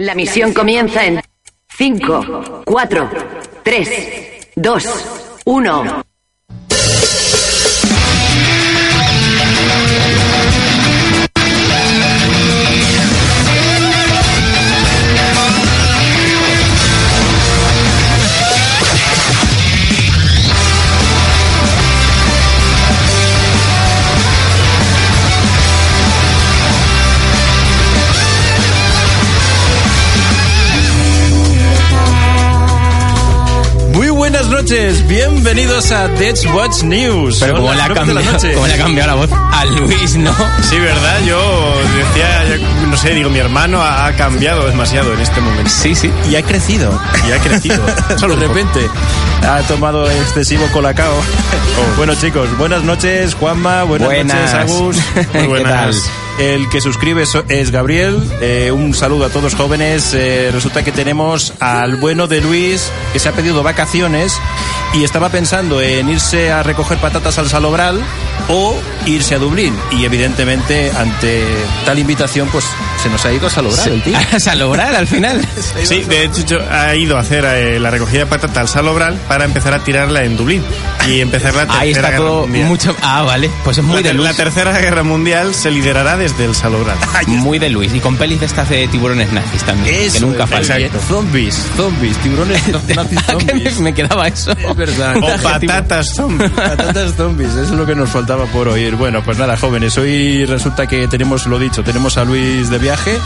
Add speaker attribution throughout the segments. Speaker 1: La misión comienza en 5, 4, 3, 2, 1.
Speaker 2: Muy buenas noches, bienvenidos a Death Watch News.
Speaker 3: Pero
Speaker 2: Son
Speaker 3: como le,
Speaker 2: las
Speaker 3: ha
Speaker 2: nueve de la
Speaker 3: cambiado,
Speaker 2: noche.
Speaker 3: como le ha cambiado la voz a Luis, ¿no?
Speaker 2: Sí, verdad, yo decía, yo no sé, digo, mi hermano ha ha cambiado demasiado en este momento
Speaker 3: Sí, sí. Y ha crecido.
Speaker 2: y ha crecido. Solo un
Speaker 3: de
Speaker 2: poco.
Speaker 3: repente.
Speaker 4: Ha tomado excesivo colacao.
Speaker 2: Oh.
Speaker 4: Bueno, chicos, buenas noches, Juanma. Buenas,
Speaker 3: Buenas.
Speaker 4: noches, Agus.
Speaker 3: ¿Qué
Speaker 4: buenas. El que suscribe so- es Gabriel. Eh, un saludo a todos jóvenes. Eh, resulta que tenemos al bueno de Luis, que se ha pedido vacaciones y estaba pensando en irse a recoger patatas al Salobral o irse a Dublín. Y evidentemente, ante tal invitatal, pues se nos ha ido a Salobral el tío.
Speaker 3: A lograr al final.
Speaker 2: Sí, de hecho yo- ha ido a hacer eh, la recogida de patata al Salobral para empezar a tirarla en Dublín y empezar la tercera
Speaker 3: Ahí está
Speaker 2: guerra
Speaker 3: todo
Speaker 2: mundial.
Speaker 3: mucho. Ah, vale. Pues es muy
Speaker 2: la,
Speaker 3: de
Speaker 2: ter- la
Speaker 3: Luis.
Speaker 2: tercera guerra mundial se liderará desde el Salobral.
Speaker 3: Muy de Luis. Y con pelis de estas de tiburones nazis también. que nunca falta.
Speaker 2: exacto.
Speaker 4: Zombies, zombies, tiburones, nazis,
Speaker 3: Ah, que me,
Speaker 4: zombies.
Speaker 3: me quedaba eso.
Speaker 4: Es verdad.
Speaker 2: O patatas zombies.
Speaker 4: Patatas zombies, eso es lo que nos faltaba por oír. Bueno, pues nada, jóvenes, hoy resulta que tenemos lo dicho, tenemos a Luis de viaje,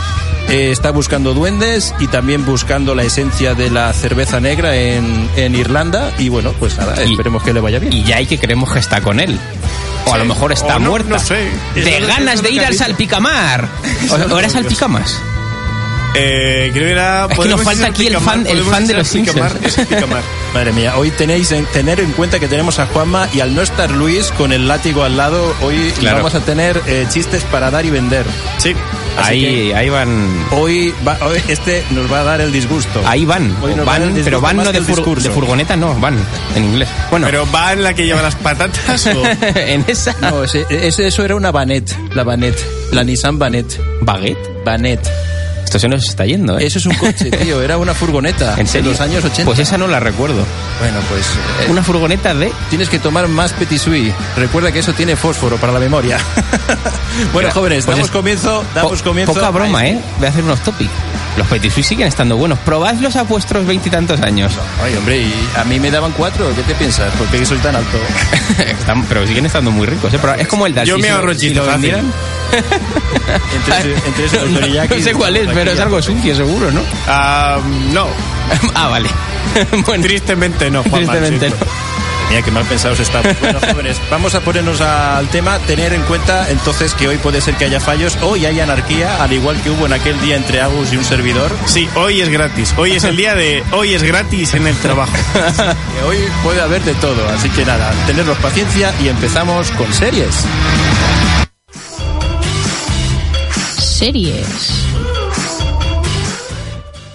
Speaker 4: eh, está buscando duendes y también buscando la esencia de la cerveza negra en, en Irlanda y bueno, pues nada,
Speaker 3: Y-
Speaker 4: esperemos que le vaya bien.
Speaker 3: Y ya hay que creemos que está con él. O a lo mejor está
Speaker 2: o no,
Speaker 3: muerta.
Speaker 2: no sé. Eso
Speaker 3: De
Speaker 2: es lo- eso es
Speaker 3: ganas
Speaker 2: lo
Speaker 3: de
Speaker 2: que
Speaker 3: ir
Speaker 2: ha
Speaker 3: al
Speaker 2: dicho.
Speaker 3: salpicamar. O, o era salpicamas.
Speaker 2: Eh, creo que era-
Speaker 3: Es que
Speaker 2: podemos
Speaker 3: nos falta
Speaker 2: decir
Speaker 3: aquí el
Speaker 2: picamar,
Speaker 3: fan- el
Speaker 2: podemos
Speaker 3: fan de
Speaker 2: decir
Speaker 3: los
Speaker 2: picamar,
Speaker 3: Simpsons.
Speaker 2: es picamar.
Speaker 4: Madre mía, hoy tenéis en tener en cuenta que tenemos a Juanma y al no estar Luis con el látigo al lado, hoy
Speaker 3: Claro.
Speaker 4: vamos a tener eh, chistes para dar y vender.
Speaker 2: Sí.
Speaker 4: Así
Speaker 3: Ahí, ahí van.
Speaker 4: Hoy, va- hoy este nos va a dar el disgusto.
Speaker 3: Ahí van,
Speaker 4: Hoy nos va a dar
Speaker 3: van,
Speaker 4: el disgusto
Speaker 3: pero van
Speaker 4: más
Speaker 3: no
Speaker 4: que
Speaker 3: de,
Speaker 4: el
Speaker 3: fur-
Speaker 4: discurso.
Speaker 3: de furgoneta, no, van en inglés. Bueno,
Speaker 2: Pero va en la que lleva las patatas o...
Speaker 3: en esa
Speaker 4: No, ese, ese- eso era una Banet, la Banet, la Nissan Banet.
Speaker 3: baguette,
Speaker 4: Banet.
Speaker 3: esto se nos está yendo, ¿eh?
Speaker 4: Eso es un coche, tío, era una furgoneta
Speaker 3: en serio.
Speaker 4: los años 80.
Speaker 3: Pues esa no la recuerdo.
Speaker 4: Bueno, pues eh,
Speaker 3: Una furgoneta de
Speaker 4: tienes que tomar más Petit Suisse. Recuerda que eso tiene fósforo para la memoria. bueno,
Speaker 3: Mira,
Speaker 4: jóvenes,
Speaker 3: pues
Speaker 4: damos
Speaker 3: es-
Speaker 4: comienzo, damos
Speaker 3: po-
Speaker 4: comienzo. este.
Speaker 3: poca broma, ¿eh? Voy a hacer unos topic. Los Petit Suisse siguen estando buenos. Probadlos a vuestros veintitantos años.
Speaker 4: Ay, hombre, y a mí me daban cuatro, ¿qué te piensas? ¿Por qué soy tan alto?
Speaker 3: Están- pero siguen estando muy ricos, ¿eh? Pero es como el Dalsy.
Speaker 2: Yo me
Speaker 3: si lo-
Speaker 2: ahorro
Speaker 3: si
Speaker 2: chiste
Speaker 3: lo
Speaker 2: fácil.
Speaker 3: vendieran-
Speaker 4: Entre, ese- entre ese
Speaker 3: no,
Speaker 4: Tortoriyaki
Speaker 3: no sé
Speaker 4: y-
Speaker 3: cuál es, pero es algo sucio, seguro, ¿no?
Speaker 2: Ah, no,
Speaker 3: ah, vale. bueno,
Speaker 2: tristemente no, Juan
Speaker 3: tristemente no.
Speaker 4: Mira, qué mal pensados estamos. Bueno, jóvenes, vamos a ponernos al tema, tener en cuenta entonces que hoy puede ser que haya fallos, hoy hay anarquía, al igual que hubo en aquel día entre Agus y un servidor.
Speaker 2: Sí, hoy es gratis. Hoy es el día de hoy es gratis en el trabajo.
Speaker 4: que Hoy puede haber de todo, así que nada, tenernos paciencia y empezamos con series.
Speaker 5: series.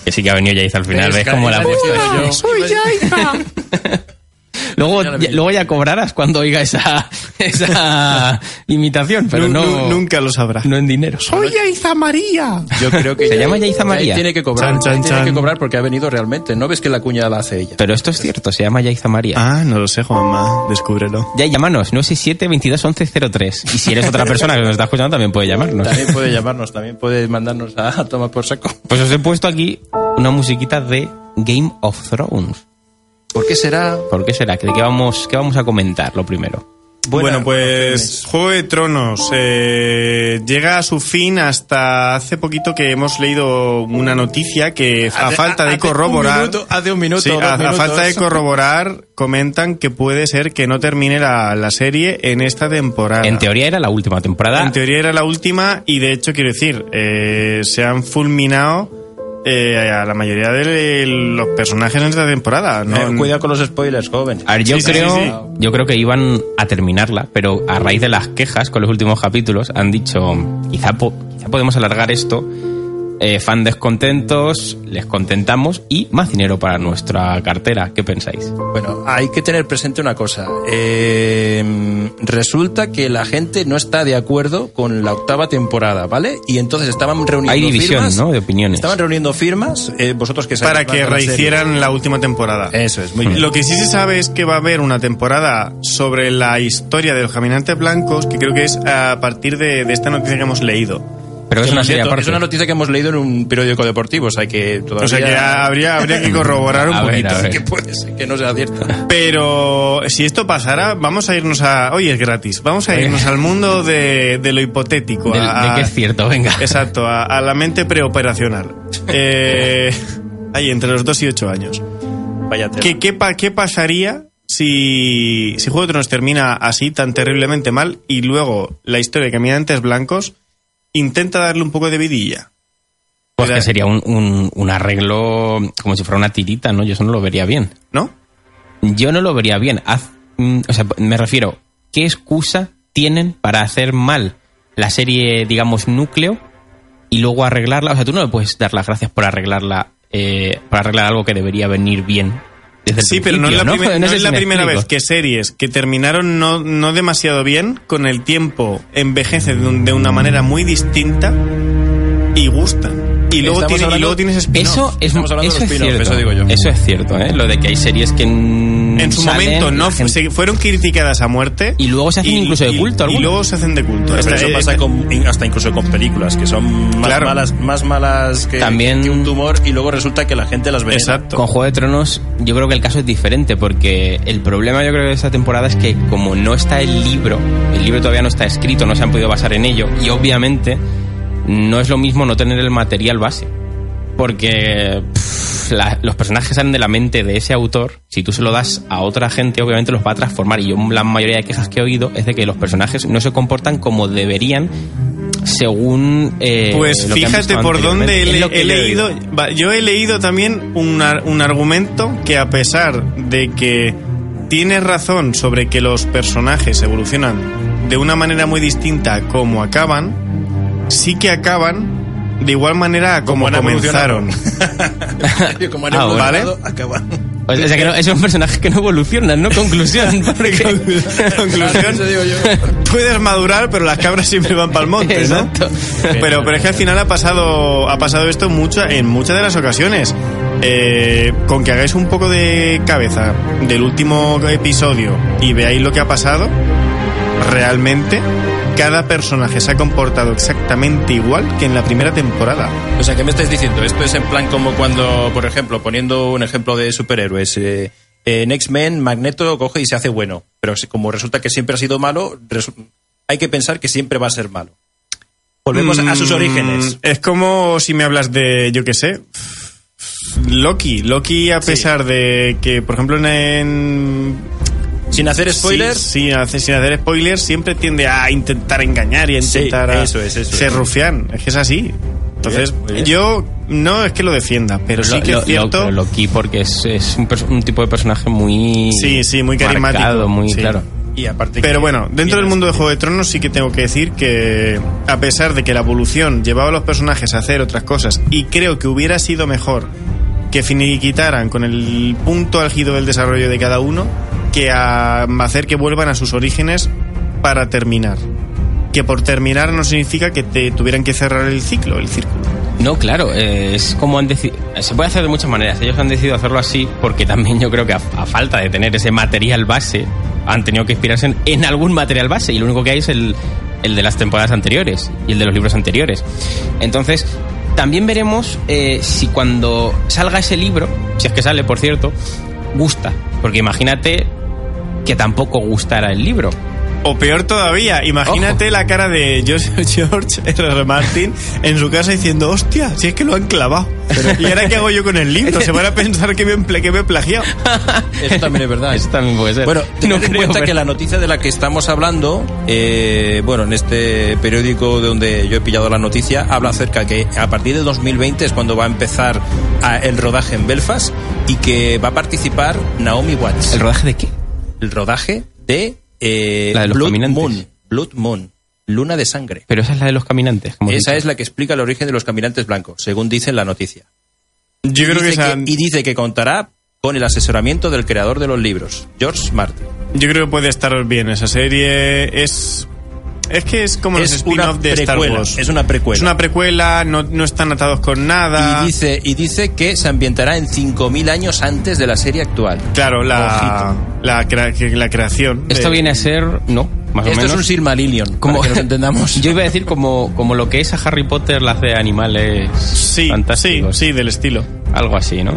Speaker 3: Que sí que ha venido Jaiz al final, ves como la Luego ya, luego ya cobrarás cuando oiga esa, esa imitación, pero
Speaker 2: Nu-
Speaker 3: no,
Speaker 2: nu- nunca lo sabrá.
Speaker 3: no en dinero.
Speaker 2: Yaiza María!
Speaker 4: Yo creo que
Speaker 3: Se
Speaker 4: ya-
Speaker 3: llama Yaiza María.
Speaker 4: Tiene que cobrar,
Speaker 2: Chan, chan,
Speaker 4: tiene
Speaker 2: chan.
Speaker 4: que cobrar porque ha venido realmente. No ves que la cuña la hace ella.
Speaker 3: Pero esto es cierto, se llama Yaiza María.
Speaker 2: Ah, no lo sé, Juanma. Descúbrelo.
Speaker 3: Ya llámanos, 967 22 11 03. Y si eres otra persona que nos está escuchando, también puede llamarnos.
Speaker 4: También puede llamarnos, también puede mandarnos a, a tomar por saco.
Speaker 3: Pues os he puesto aquí una musiquita de Game of Thrones.
Speaker 4: ¿Por qué será?
Speaker 3: ¿Por qué será? ¿De qué vamos, qué vamos a comentar lo primero?
Speaker 2: bueno, pues Juego de Tronos eh, llega a su fin hasta hace poquito que hemos leído una noticia que a
Speaker 4: Hace-
Speaker 2: falta de
Speaker 4: hace un
Speaker 2: corroborar...
Speaker 4: minuto- hace un minuto,
Speaker 2: Sí,
Speaker 4: dos
Speaker 2: a, a
Speaker 4: minutos.
Speaker 2: falta de corroborar comentan que puede ser que no termine la, la serie en esta temporada.
Speaker 3: En teoría era la última temporada.
Speaker 2: En teoría era la última y de hecho quiero decir, eh, se han fulminado eh, a la mayoría de los personajes en esta temporada. ¿no?
Speaker 4: Eh, cuidado con los spoilers, joven.
Speaker 3: A ver, yo
Speaker 2: Sí, sí,
Speaker 3: creo,
Speaker 2: sí, sí.
Speaker 3: yo creo que iban a terminarla, pero a raíz de las quejas con los últimos capítulos han dicho, quizá, po- quizá podemos alargar esto. Eh, fan descontentos, les contentamos y más dinero para nuestra cartera. ¿Qué pensáis?
Speaker 4: Bueno, hay que tener presente una cosa. Eh, resulta que la gente no está de acuerdo con la octava temporada, ¿vale? Y entonces estaban reuniendo
Speaker 3: Hay división,
Speaker 4: firmas,
Speaker 3: ¿no? De opiniones.
Speaker 4: Estaban reuniendo firmas, eh, vosotros que sabéis
Speaker 2: para
Speaker 4: más
Speaker 2: que
Speaker 4: de la serie. Eh.
Speaker 2: rehicieran la última temporada.
Speaker 4: Eso es, muy bien.
Speaker 2: Lo que sí se sabe es que va a haber una temporada sobre la historia de los caminantes blancos, que creo que es a partir de, de esta noticia que hemos leído.
Speaker 3: Pero es una serie aparte.
Speaker 4: es una noticia que hemos leído en un periódico deportivo, o sea que todavía...
Speaker 2: O sea que habría, habría que corroborar un
Speaker 3: A ver,
Speaker 2: poquito.
Speaker 3: a ver.
Speaker 4: que puede ser que no sea cierta.
Speaker 2: Pero si esto pasara, vamos a irnos a... Hoy es gratis. Vamos a irnos al mundo de, de lo hipotético.
Speaker 3: Del-
Speaker 2: a-
Speaker 3: de que es cierto, venga.
Speaker 2: Exacto, a, a la mente preoperacional. Eh, ahí, entre los 2 y 8 años.
Speaker 4: Vaya tela.
Speaker 2: ¿Qué, qué, pa- qué pasaría si, si Juego de Tronos termina así, tan terriblemente mal, y luego la historia de Caminantes Blancos intenta darle un poco de vidilla?
Speaker 3: Pues que sería un, un- un arreglo como si fuera una tirita, ¿no? Yo eso no lo vería bien.
Speaker 2: ¿No?
Speaker 3: Yo no lo vería bien. Haz- mm, o sea, me refiero, ¿qué excusa tienen para hacer mal la serie, digamos, núcleo y luego arreglarla? O sea, tú no le puedes dar las gracias por arreglarla, eh, por arreglar algo que debería venir bien. Desde el
Speaker 2: Sí, pero no es la,
Speaker 3: principio,
Speaker 2: primer- no
Speaker 3: sé
Speaker 2: es
Speaker 3: si
Speaker 2: la
Speaker 3: me
Speaker 2: primera
Speaker 3: explico.
Speaker 2: vez que series que terminaron no, no demasiado bien, con el tiempo envejecen de, un- de una manera muy distinta y gustan. Y luego,
Speaker 4: Estamos
Speaker 2: tiene- y
Speaker 4: hablando-
Speaker 2: luego tienes spin-off.
Speaker 3: Eso es,
Speaker 4: Estamos hablando
Speaker 3: eso
Speaker 4: de los
Speaker 3: es
Speaker 4: spin-off,
Speaker 3: cierto.
Speaker 4: eso digo yo.
Speaker 3: Eso es cierto, ¿eh? Lo de que hay series que Mm.
Speaker 2: En su momento no se- fueron criticadas a muerte.
Speaker 3: Y luego se hacen incluso de culto
Speaker 2: Y,
Speaker 3: algunas.
Speaker 2: luego se hacen de culto.
Speaker 4: Pero
Speaker 2: Esta-
Speaker 4: eso
Speaker 2: eh,
Speaker 4: pasa con- in- hasta incluso con películas que son más
Speaker 2: Claro.
Speaker 4: malas, más malas que,
Speaker 3: También-
Speaker 4: que un tumor y luego resulta que la gente las ve.
Speaker 2: Exacto.
Speaker 3: Con Juego de Tronos yo creo que el caso es diferente porque el problema yo creo de esta temporada es que como no está el libro, el libro todavía no está escrito, no se han podido basar en ello y obviamente no es lo mismo no tener el material base porque pff, la- los personajes salen de la mente de ese autor, si tú se lo das a otra gente obviamente los va a transformar y yo la mayoría de quejas que he oído es de que los personajes no se comportan como deberían según... eh,
Speaker 2: Pues
Speaker 3: lo que han
Speaker 2: fíjate
Speaker 3: visto
Speaker 2: por dónde
Speaker 3: anteriormente. Es
Speaker 2: he,
Speaker 3: lo que
Speaker 2: he
Speaker 3: yo he oído.
Speaker 2: leído. va, Yo he leído también un, ar- un argumento que a pesar de que tienes razón sobre que los personajes evolucionan de una manera muy distinta a como acaban, sí que acaban de igual manera a como,
Speaker 4: han
Speaker 2: comenzaron.
Speaker 4: Como
Speaker 3: Ah, bueno.
Speaker 4: ¿vale? acaban.
Speaker 3: O sea, que no- es un personaje que no evoluciona, ¿no? Conclusión. porque-
Speaker 4: Claro, eso digo yo.
Speaker 2: Puedes madurar, pero las cabras siempre van para el monte, ¿no?
Speaker 3: Exacto.
Speaker 2: Pero, pero es que al final ha pasado, ha pasado esto mucho, en muchas de las ocasiones. Eh, con que hagáis un poco de cabeza del último episodio y veáis lo que ha pasado, realmente cada personaje se ha comportado exactamente igual que en la primera temporada.
Speaker 4: O sea, ¿qué me estáis diciendo? Esto es en plan como cuando, por ejemplo, poniendo un ejemplo de superhéroes. eh, en X-Men, Magneto coge y se hace bueno. Pero si- como resulta que siempre ha sido malo, resu- hay que pensar que siempre va a ser malo. Volvemos a sus
Speaker 2: Mm,
Speaker 4: orígenes.
Speaker 2: Es como si me hablas de, yo qué sé, Loki. Loki, a pesar de que, por ejemplo, en- en
Speaker 4: Sin hacer spoilers,
Speaker 2: Sí, sin hacer, sin hacer spoilers, siempre tiende a intentar engañar y a
Speaker 4: Sí,
Speaker 2: intentar a
Speaker 4: eso es, eso
Speaker 2: ser
Speaker 4: es.
Speaker 2: rufián. Es que es así. Entonces,
Speaker 4: bien, muy bien.
Speaker 2: yo no es que lo defienda, pero sí
Speaker 3: Lo-
Speaker 2: que
Speaker 3: lo-
Speaker 2: es cierto.
Speaker 3: Lo, Loki, porque es, es un, perso- un tipo de personaje muy.
Speaker 2: Sí, sí, muy carismático,
Speaker 3: marcado, muy
Speaker 2: sí.
Speaker 3: claro.
Speaker 4: y aparte que-
Speaker 2: pero bueno, dentro del
Speaker 4: Mira,
Speaker 2: mundo de Juego de Tronos sí que tengo que decir que a pesar de que la evolución llevaba a los personajes a hacer otras cosas y creo que hubiera sido mejor que finiquitaran con el punto álgido del desarrollo de cada uno que a hacer que vuelvan a sus orígenes para terminar. Que por terminar no significa que te tuvieran que cerrar el ciclo, el círculo.
Speaker 3: No, claro, eh, es como han decidido. Se puede hacer de muchas maneras. Ellos han decidido hacerlo así porque también yo creo que a, a falta de tener ese material base, han tenido que inspirarse en, en algún material base y lo único que hay es el, el de las temporadas anteriores y el de los libros anteriores. Entonces, también veremos eh, si cuando salga ese libro, si es que sale, por cierto, gusta. Porque imagínate que tampoco gustara el libro.
Speaker 2: O peor todavía, imagínate
Speaker 4: Ojo.
Speaker 2: la cara de George, George R.R. Martin en su casa diciendo, hostia, si es que lo han clavado. ¿Y ahora qué hago yo con el libro? Se van a pensar que me, he pla- que me he plagiado.
Speaker 4: Eso también es verdad.
Speaker 3: Ah, Eso también puede ser.
Speaker 4: Bueno, tened en
Speaker 3: creo,
Speaker 4: cuenta
Speaker 3: pero-
Speaker 4: que la noticia de la que estamos hablando, eh, bueno, en este periódico de donde yo he pillado la noticia, habla acerca que a partir de 2020 es cuando va a empezar ah, el rodaje en Belfast y que va a participar Naomi Watts.
Speaker 3: ¿El rodaje de qué?
Speaker 4: El rodaje de, eh,
Speaker 3: La de los
Speaker 4: Blood
Speaker 3: caminantes.
Speaker 4: Moon. Blood Moon. Luna de sangre.
Speaker 3: Pero esa es la de los caminantes. como
Speaker 4: Esa
Speaker 3: he
Speaker 4: es
Speaker 3: dicho.
Speaker 4: la que explica el origen de los caminantes blancos, según dice en la noticia.
Speaker 2: Yo creo que,
Speaker 4: Dice
Speaker 2: esa-
Speaker 4: que- y dice que contará con el asesoramiento del creador de los libros, George Martin.
Speaker 2: yo creo que puede estar bien esa serie. Es... Es que es como los
Speaker 4: Es una
Speaker 2: spin-off de Star
Speaker 4: precuela,
Speaker 2: Wars.
Speaker 4: es una precuela.
Speaker 2: Es una precuela, no, no están atados con nada.
Speaker 4: Y dice, y dice que se ambientará en 5.000 años antes de la serie actual.
Speaker 2: Claro, la, la, crea- que- la creación.
Speaker 3: Esto
Speaker 2: de-
Speaker 3: viene a ser. No, más o
Speaker 4: Esto
Speaker 3: menos.
Speaker 4: es un Silmarillion, como
Speaker 3: Como-
Speaker 4: que nos entendamos.
Speaker 3: Yo iba a decir como, como lo que es a Harry Potter las de animales
Speaker 2: Sí, sí,
Speaker 3: fantásticos.
Speaker 2: sí, del estilo.
Speaker 3: Algo así, ¿no?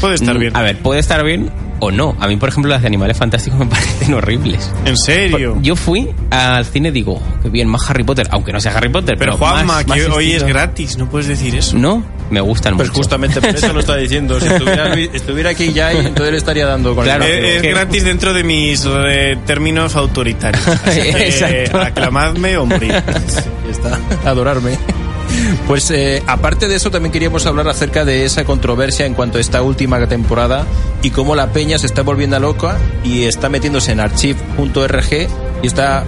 Speaker 2: Puede estar
Speaker 3: Mm,
Speaker 2: bien.
Speaker 3: A ver, puede estar bien o no. A mí, por ejemplo, las de animales fantásticos me parecen horribles.
Speaker 2: En serio.
Speaker 3: Yo fui al cine y digo, "Oh, qué bien, más Harry Potter, aunque no sea Harry Potter. Pero,
Speaker 2: Pero Juanma,
Speaker 3: más-
Speaker 2: que
Speaker 3: más
Speaker 2: hoy es
Speaker 3: estilo-
Speaker 2: gratis, no puedes decir eso. Eh,
Speaker 3: No, me gustan
Speaker 4: Pues
Speaker 3: mucho.
Speaker 4: justamente por eso lo está diciendo. Si estuviera, Luis- estuviera aquí ya, y entonces le estaría dando con
Speaker 3: Claro.
Speaker 4: el
Speaker 2: Eh,
Speaker 4: vacío.
Speaker 2: es
Speaker 3: que-
Speaker 2: gratis dentro de mis eh, términos autoritarios. Así que,
Speaker 3: Exacto.
Speaker 2: aclamadme, hombre.
Speaker 4: Ya está, adorarme. Pues eh, aparte de eso también queríamos hablar acerca de esa controversia en cuanto a esta última temporada y cómo la peña se está volviendo loca y está metiéndose en archive.org y está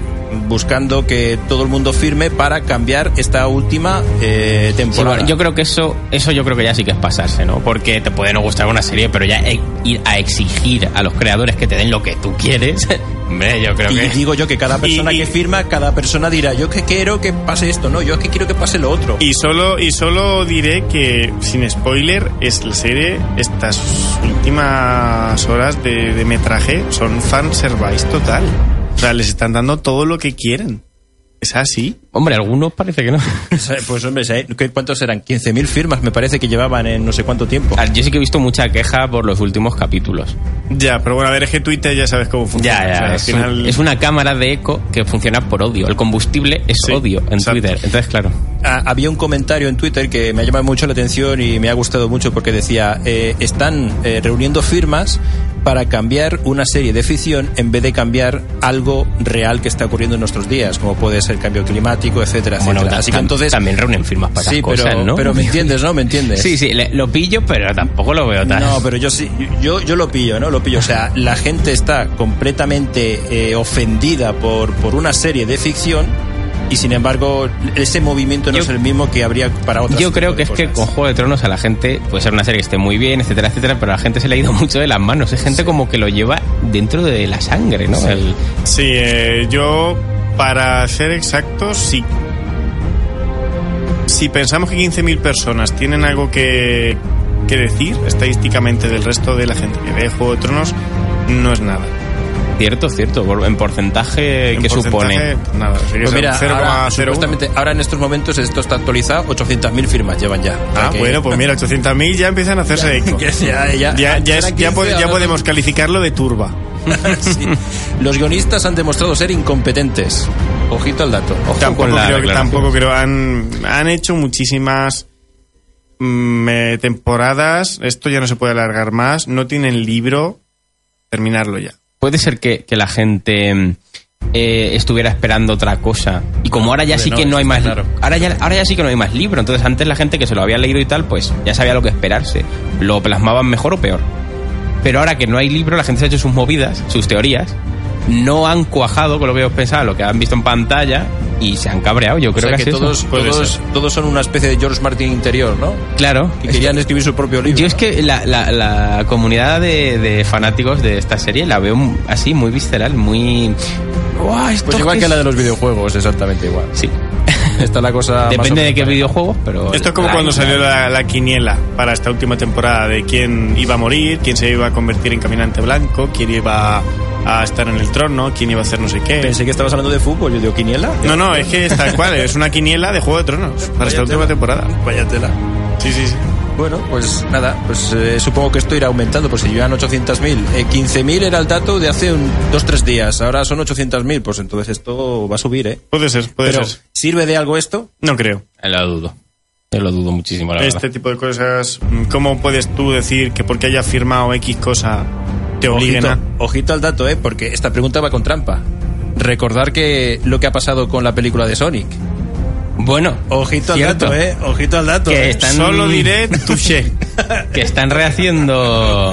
Speaker 4: buscando que todo el mundo firme para cambiar esta última eh,
Speaker 3: Sí,
Speaker 4: temporada.
Speaker 3: bueno, yo creo que eso, eso yo creo que ya sí que es pasarse, ¿no? Porque te puede no gustar una serie, pero ya e- ir a exigir a los creadores que te den lo que tú quieres, hombre, yo creo
Speaker 4: y
Speaker 3: que...
Speaker 4: digo yo que cada persona
Speaker 2: Y- y-
Speaker 4: que firma, cada persona dirá, yo es que quiero que pase esto, no, yo es que quiero que pase lo otro.
Speaker 2: Y solo, y solo diré que, sin spoiler, es la serie, estas últimas horas de, de metraje son fanservice total. O sea, les están dando todo lo que quieren. Es así.
Speaker 3: Hombre, algunos parece que no.
Speaker 4: Pues hombre, ¿qué- ¿cuántos eran? 15.000 firmas me parece que llevaban en no sé cuánto tiempo.
Speaker 3: Ah, Yo sí que he visto mucha queja por los últimos capítulos.
Speaker 2: Ya, pero bueno, a ver, es que Twitter ya sabes cómo funciona. O sea, al
Speaker 3: es,
Speaker 2: final-
Speaker 3: un- es una cámara de eco que funciona por odio. El combustible es
Speaker 2: Sí,
Speaker 3: odio en
Speaker 2: exacto.
Speaker 3: Twitter. Entonces, claro.
Speaker 4: Ah, había un comentario en Twitter que me ha llamado mucho la atención y me ha gustado mucho porque decía, eh, están eh, reuniendo firmas para cambiar una serie de ficción en vez de cambiar algo real que está ocurriendo en nuestros días, como puede ser el cambio climático, etcétera, etcétera.
Speaker 3: ta-
Speaker 4: Así que
Speaker 3: tam-
Speaker 4: entonces...
Speaker 3: también reúnen firmas para
Speaker 4: sí,
Speaker 3: esas cosas,
Speaker 4: pero,
Speaker 3: ¿no?
Speaker 4: pero me entiendes, ¿no? ¿Me entiendes?
Speaker 3: Sí, sí, le- lo pillo, pero tampoco lo veo tan...
Speaker 4: No, pero yo sí, yo, yo lo pillo, ¿no? Lo pillo. O sea, la gente está completamente eh, ofendida por, por una serie de ficción y sin embargo ese movimiento no
Speaker 3: Yo-
Speaker 4: es el mismo que habría para otras
Speaker 3: Yo
Speaker 4: tipo
Speaker 3: creo
Speaker 4: de
Speaker 3: que es que
Speaker 4: cosas.
Speaker 3: con Juego de Tronos a la gente puede ser una serie que esté muy bien, etcétera, etcétera, pero a la gente se le ha ido mucho de las manos. Es gente como que lo lleva dentro de la sangre, ¿no? El-
Speaker 2: Sí, eh, yo, para ser exactos, sí. Si pensamos que 15.000 personas tienen algo que, que decir estadísticamente del resto de la gente que ve Juego de Tronos, no es nada.
Speaker 3: Cierto, cierto, por- en porcentaje
Speaker 2: En
Speaker 3: que
Speaker 2: porcentaje,
Speaker 3: supone.
Speaker 2: Nada, así que
Speaker 4: Pues
Speaker 2: son
Speaker 4: mira, ahora,
Speaker 2: 0,01.
Speaker 4: supuestamente, ahora en estos momentos esto está actualizado, 800.000 firmas llevan ya. O sea
Speaker 2: Ah,
Speaker 4: que-
Speaker 2: bueno, pues mira, 800.000 ya empiezan a hacerse eco.
Speaker 4: que ya, ya-
Speaker 2: Ya, ya,
Speaker 4: era
Speaker 2: es- ya
Speaker 4: 15,
Speaker 2: po- ya
Speaker 4: ahora-
Speaker 2: podemos calificarlo de turba.
Speaker 4: Sí. Los guionistas han demostrado ser incompetentes. Ojito al dato. Ojo
Speaker 2: Tampoco
Speaker 4: con la
Speaker 2: creo, que-
Speaker 4: declaración.
Speaker 2: tampoco creo. Han, han hecho muchísimas mm, eh, temporadas. Esto ya no se puede alargar más. No tienen libro. Terminarlo ya.
Speaker 3: Puede ser que, que la gente mm, eh, estuviera esperando otra cosa. Y como ahora ya
Speaker 4: hombre,
Speaker 3: sí
Speaker 4: no,
Speaker 3: que no hay
Speaker 4: está
Speaker 3: más
Speaker 4: claro.
Speaker 3: ahora ya, ahora ya sí que no hay más libro. Entonces antes la gente que se lo había leído y tal, pues ya sabía lo que esperarse. Lo plasmaban mejor o peor. Pero ahora que no hay libro, la gente se ha hecho sus movidas, sus teorías. No han cuajado con lo que ellos pensaban, lo que han visto en pantalla y se han cabreado. Yo
Speaker 4: O
Speaker 3: creo
Speaker 4: sea
Speaker 3: que,
Speaker 4: que
Speaker 3: es eso.
Speaker 4: todos,
Speaker 2: Puede
Speaker 4: todos, todos son una especie de George Martin interior, ¿no?
Speaker 3: Claro.
Speaker 4: Que querían escribir su propio libro.
Speaker 3: Yo es que la, la- la comunidad de, de fanáticos de esta serie la veo así, muy visceral, muy... Guau, esto
Speaker 4: Pues
Speaker 3: es
Speaker 4: igual
Speaker 3: que
Speaker 4: que
Speaker 3: es-
Speaker 4: la de los videojuegos, exactamente igual.
Speaker 3: Sí.
Speaker 4: Está la cosa. más
Speaker 3: Depende de qué
Speaker 4: oculta.
Speaker 3: videojuego, pero...
Speaker 2: Esto es como
Speaker 3: la-
Speaker 2: cuando salió la, la quiniela para esta última temporada de quién iba a morir, quién se iba a convertir en caminante blanco, quién iba a estar en el trono, quién iba a hacer no sé qué.
Speaker 4: Pensé que estabas hablando de fútbol, yo digo, ¿quiniela?
Speaker 2: No, no, es que es tal cual. Es una quiniela de Juego de Tronos para esta última temporada.
Speaker 4: Vaya tela.
Speaker 2: Sí, sí, sí.
Speaker 4: Bueno, pues nada, pues eh, supongo que esto irá aumentando, pues si llevan 800.000, eh, 15.000 era el dato de hace un, dos, tres días, ahora son 800.000, pues entonces esto va a subir, ¿eh?
Speaker 2: Puede ser, puede
Speaker 4: Pero,
Speaker 2: ser.
Speaker 4: ¿sirve de algo esto?
Speaker 2: No creo.
Speaker 3: Lo dudo. Yo lo dudo muchísimo, la
Speaker 2: Este
Speaker 3: verdad.
Speaker 2: tipo de cosas, mm, ¿cómo puedes tú decir que porque hayas firmado X cosa te obliguen
Speaker 4: Ojito,
Speaker 2: a...?
Speaker 4: ojito al dato, ¿eh? Porque esta pregunta va con trampa. Recordar que lo que ha pasado con la película de Sonic.
Speaker 3: Bueno,
Speaker 4: Ojito al
Speaker 3: cierto,
Speaker 4: dato, ¿eh? Ojito al dato.
Speaker 3: Que
Speaker 4: ¿eh?
Speaker 3: están-
Speaker 2: Solo diré touché.
Speaker 3: Que están rehaciendo,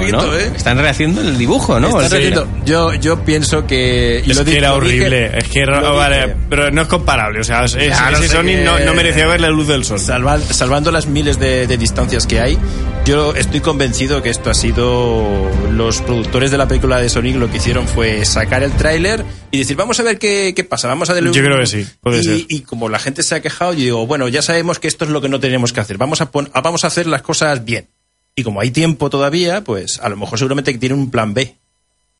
Speaker 3: ¿no?
Speaker 4: Ojito, ¿eh?
Speaker 3: Están rehaciendo el dibujo, ¿no?
Speaker 4: Estás
Speaker 3: O sea,
Speaker 4: haciendo- yo, yo pienso que... y
Speaker 2: es
Speaker 4: lo di-
Speaker 2: que era
Speaker 4: lo dije-
Speaker 2: horrible. es que era-
Speaker 4: lo
Speaker 2: vale,
Speaker 4: dije.
Speaker 2: pero no es comparable. O sea, es- es-
Speaker 4: Ya, no
Speaker 2: ese
Speaker 4: sé
Speaker 2: Sony
Speaker 4: qué-
Speaker 2: no, no merecía ver la luz del sol.
Speaker 4: Salva- salvando las miles de, de distancias que hay, yo estoy convencido que esto ha sido los productores de la película de Sonic lo que hicieron fue sacar el tráiler y decir vamos a ver qué, qué pasa, vamos a darle
Speaker 2: Yo creo que sí, puede
Speaker 4: y,
Speaker 2: ser.
Speaker 4: y como la gente se ha quejado, yo digo bueno ya sabemos que esto es lo que no tenemos que hacer, vamos a pon- a- vamos a hacer las cosas bien y como hay tiempo todavía, pues a lo mejor seguramente que tienen un plan B,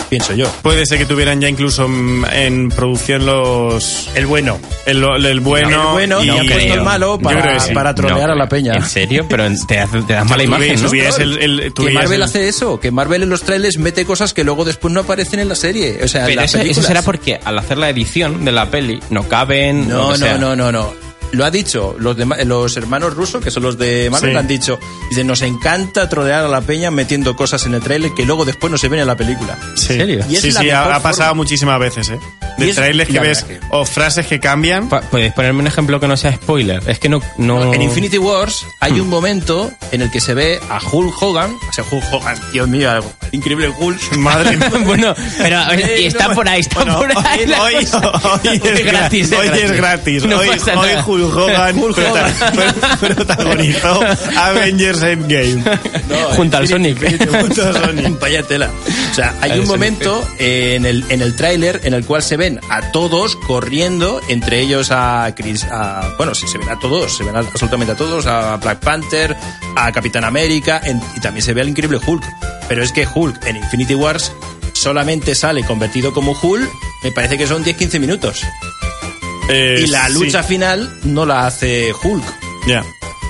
Speaker 4: pienso yo.
Speaker 2: Puede ser que tuvieran ya incluso mm, en producción los...
Speaker 4: El bueno,
Speaker 2: El, el bueno,
Speaker 4: el bueno y,
Speaker 2: y-
Speaker 4: han puesto el
Speaker 3: creo.
Speaker 4: malo
Speaker 2: Yo creo
Speaker 4: para,
Speaker 2: que sí.
Speaker 4: para trolear
Speaker 3: No.
Speaker 4: a la peña.
Speaker 3: ¿En serio? Pero te, hace- te das mala
Speaker 2: Tú
Speaker 3: imagen,
Speaker 2: veías-
Speaker 3: ¿no?
Speaker 2: tú veías el- el- tú
Speaker 4: que
Speaker 2: veías
Speaker 4: Marvel
Speaker 2: el-
Speaker 4: hace eso, que Marvel en los trailers mete cosas que luego después no aparecen en la serie. O sea, en
Speaker 3: Pero
Speaker 4: las
Speaker 3: eso, eso
Speaker 4: películas.
Speaker 3: será porque al hacer la edición de la peli no caben. lo
Speaker 4: No,
Speaker 3: que sea.
Speaker 4: no, no, no, no. Lo ha dicho, los, dema- los hermanos rusos, que son los de Marvel,
Speaker 2: Sí.
Speaker 4: lo han dicho. Dicen, nos encanta trolear a la peña metiendo cosas en el trailer que luego después no se ven en la película.
Speaker 2: Sí.
Speaker 3: ¿En serio?
Speaker 4: Y es
Speaker 2: Sí,
Speaker 4: la
Speaker 2: sí,
Speaker 4: mejor
Speaker 2: ha, ha pasado
Speaker 4: forma.
Speaker 2: muchísimas veces, ¿eh?
Speaker 4: Y
Speaker 2: De
Speaker 4: es-
Speaker 2: trailers que
Speaker 4: la
Speaker 2: ves
Speaker 4: verdad que-
Speaker 2: o frases que cambian.
Speaker 3: Pa- ¿Puedes ponerme un ejemplo que no sea spoiler? Es que no. no...
Speaker 4: En Infinity Wars hay un momento en el que se ve a Hulk Hogan. O sea, Hulk Hogan, Dios mío, algo- increíble Hulk.
Speaker 2: Madre mía.
Speaker 3: bueno, pero a ver, y
Speaker 4: Eh,
Speaker 3: está
Speaker 4: no,
Speaker 3: por ahí, está
Speaker 2: Bueno,
Speaker 3: por ahí.
Speaker 2: hoy,
Speaker 3: la
Speaker 2: hoy-
Speaker 3: cosa.
Speaker 2: hoy es gratis. Hoy es gratis.
Speaker 3: No
Speaker 2: hoy,
Speaker 3: pasa
Speaker 2: hoy
Speaker 3: nada.
Speaker 2: Hulk Hogan prota- protagonizó Avengers Endgame.
Speaker 3: Junto al Sonic.
Speaker 2: Junto a Sony.
Speaker 4: Vaya tela. O sea, hay
Speaker 3: Vale,
Speaker 4: un
Speaker 3: Sonic.
Speaker 4: momento eh, en el, en el tráiler en el cual se ven a todos corriendo, entre ellos a Chris, a, bueno, sí, se ven a todos, se ven a- absolutamente a todos, a Black Panther, a Capitán América, en- y también se ve al increíble Hulk. Pero es que Hulk en Infinity Wars solamente sale convertido como Hulk, me parece que son 10-15 minutos.
Speaker 2: Eh,
Speaker 4: Y la
Speaker 2: sí.
Speaker 4: lucha final no la hace Hulk.
Speaker 2: Ya.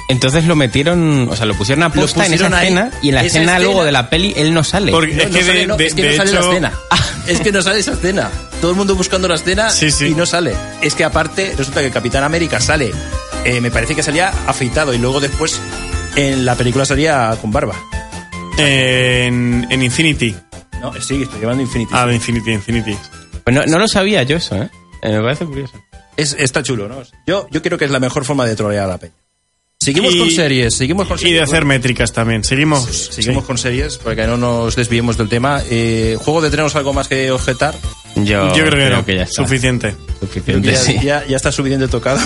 Speaker 3: Entonces lo metieron, o sea, lo pusieron a posta en esa
Speaker 4: pusieron ahí.
Speaker 3: escena y en la
Speaker 4: Esa
Speaker 3: escena, luego
Speaker 4: escena-
Speaker 3: de la peli él no sale.
Speaker 2: Porque-
Speaker 4: No,
Speaker 2: es
Speaker 4: no
Speaker 2: que,
Speaker 4: sale,
Speaker 2: de,
Speaker 4: no,
Speaker 2: de-
Speaker 4: es que
Speaker 2: de
Speaker 4: no sale
Speaker 2: hecho,
Speaker 4: la escena. Es que no sale esa escena. Todo el mundo buscando la escena
Speaker 2: Sí, sí.
Speaker 4: y no sale. Es que aparte resulta que el Capitán América sale, eh, me parece que salía afeitado y luego después en la película salía con barba.
Speaker 2: en, en Infinity.
Speaker 4: No, eh, sí, estoy llevando Infinity.
Speaker 2: Ah, de Infinity, Infinity.
Speaker 3: Pues no, no lo sabía yo eso, ¿eh? Eh, Me parece curioso.
Speaker 4: Es, está chulo, ¿no? Yo, yo creo que es la mejor forma de trolear a la peña. Seguimos
Speaker 2: Y-
Speaker 4: con series, seguimos con
Speaker 2: Y
Speaker 4: series. Pues,
Speaker 2: de hacer métricas también. Seguimos.
Speaker 4: Seguimos con series para que no nos desviemos del tema. Eh, Juego de tenemos algo más que objetar.
Speaker 3: Yo,
Speaker 4: Oh,
Speaker 2: Yo creo que no.
Speaker 3: ya está.
Speaker 2: Suficiente.
Speaker 4: Creo que
Speaker 3: Suficiente,
Speaker 4: ya,
Speaker 3: sí.
Speaker 4: ya- ya está suficiente tocado.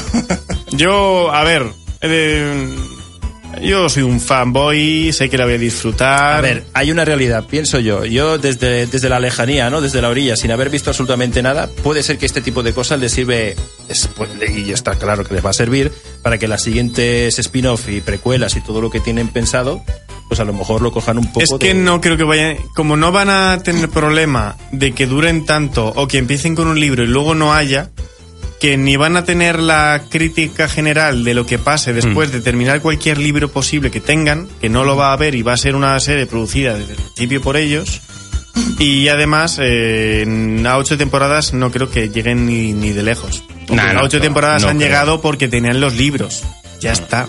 Speaker 2: Yo, a ver. eh, yo soy un fanboy, sé que la voy a disfrutar.
Speaker 4: A ver, hay una realidad, pienso yo. Yo desde, desde la lejanía, ¿no? Desde la orilla, sin haber visto absolutamente nada, puede ser que este tipo de cosas les sirve, es- pues, y está claro que les va a servir, para que las siguientes spin-off y precuelas y todo lo que tienen pensado, pues a lo mejor lo cojan un poco
Speaker 2: Es
Speaker 4: de-
Speaker 2: que no creo que vayan. Como no van a tener problema de que duren tanto o que empiecen con un libro y luego no haya, que ni van a tener la crítica general de lo que pase después
Speaker 3: Mm.
Speaker 2: de terminar cualquier libro posible que tengan, que no lo va a haber y va a ser una serie producida desde el principio por ellos. Y además, eh, en- a ocho temporadas no creo que lleguen ni, ni de lejos.
Speaker 3: Nah,
Speaker 2: Porque
Speaker 3: no
Speaker 2: a ocho
Speaker 3: creo,
Speaker 2: temporadas
Speaker 3: no
Speaker 2: han
Speaker 3: creo. Mm.
Speaker 2: llegado porque tenían los libros. Ya está.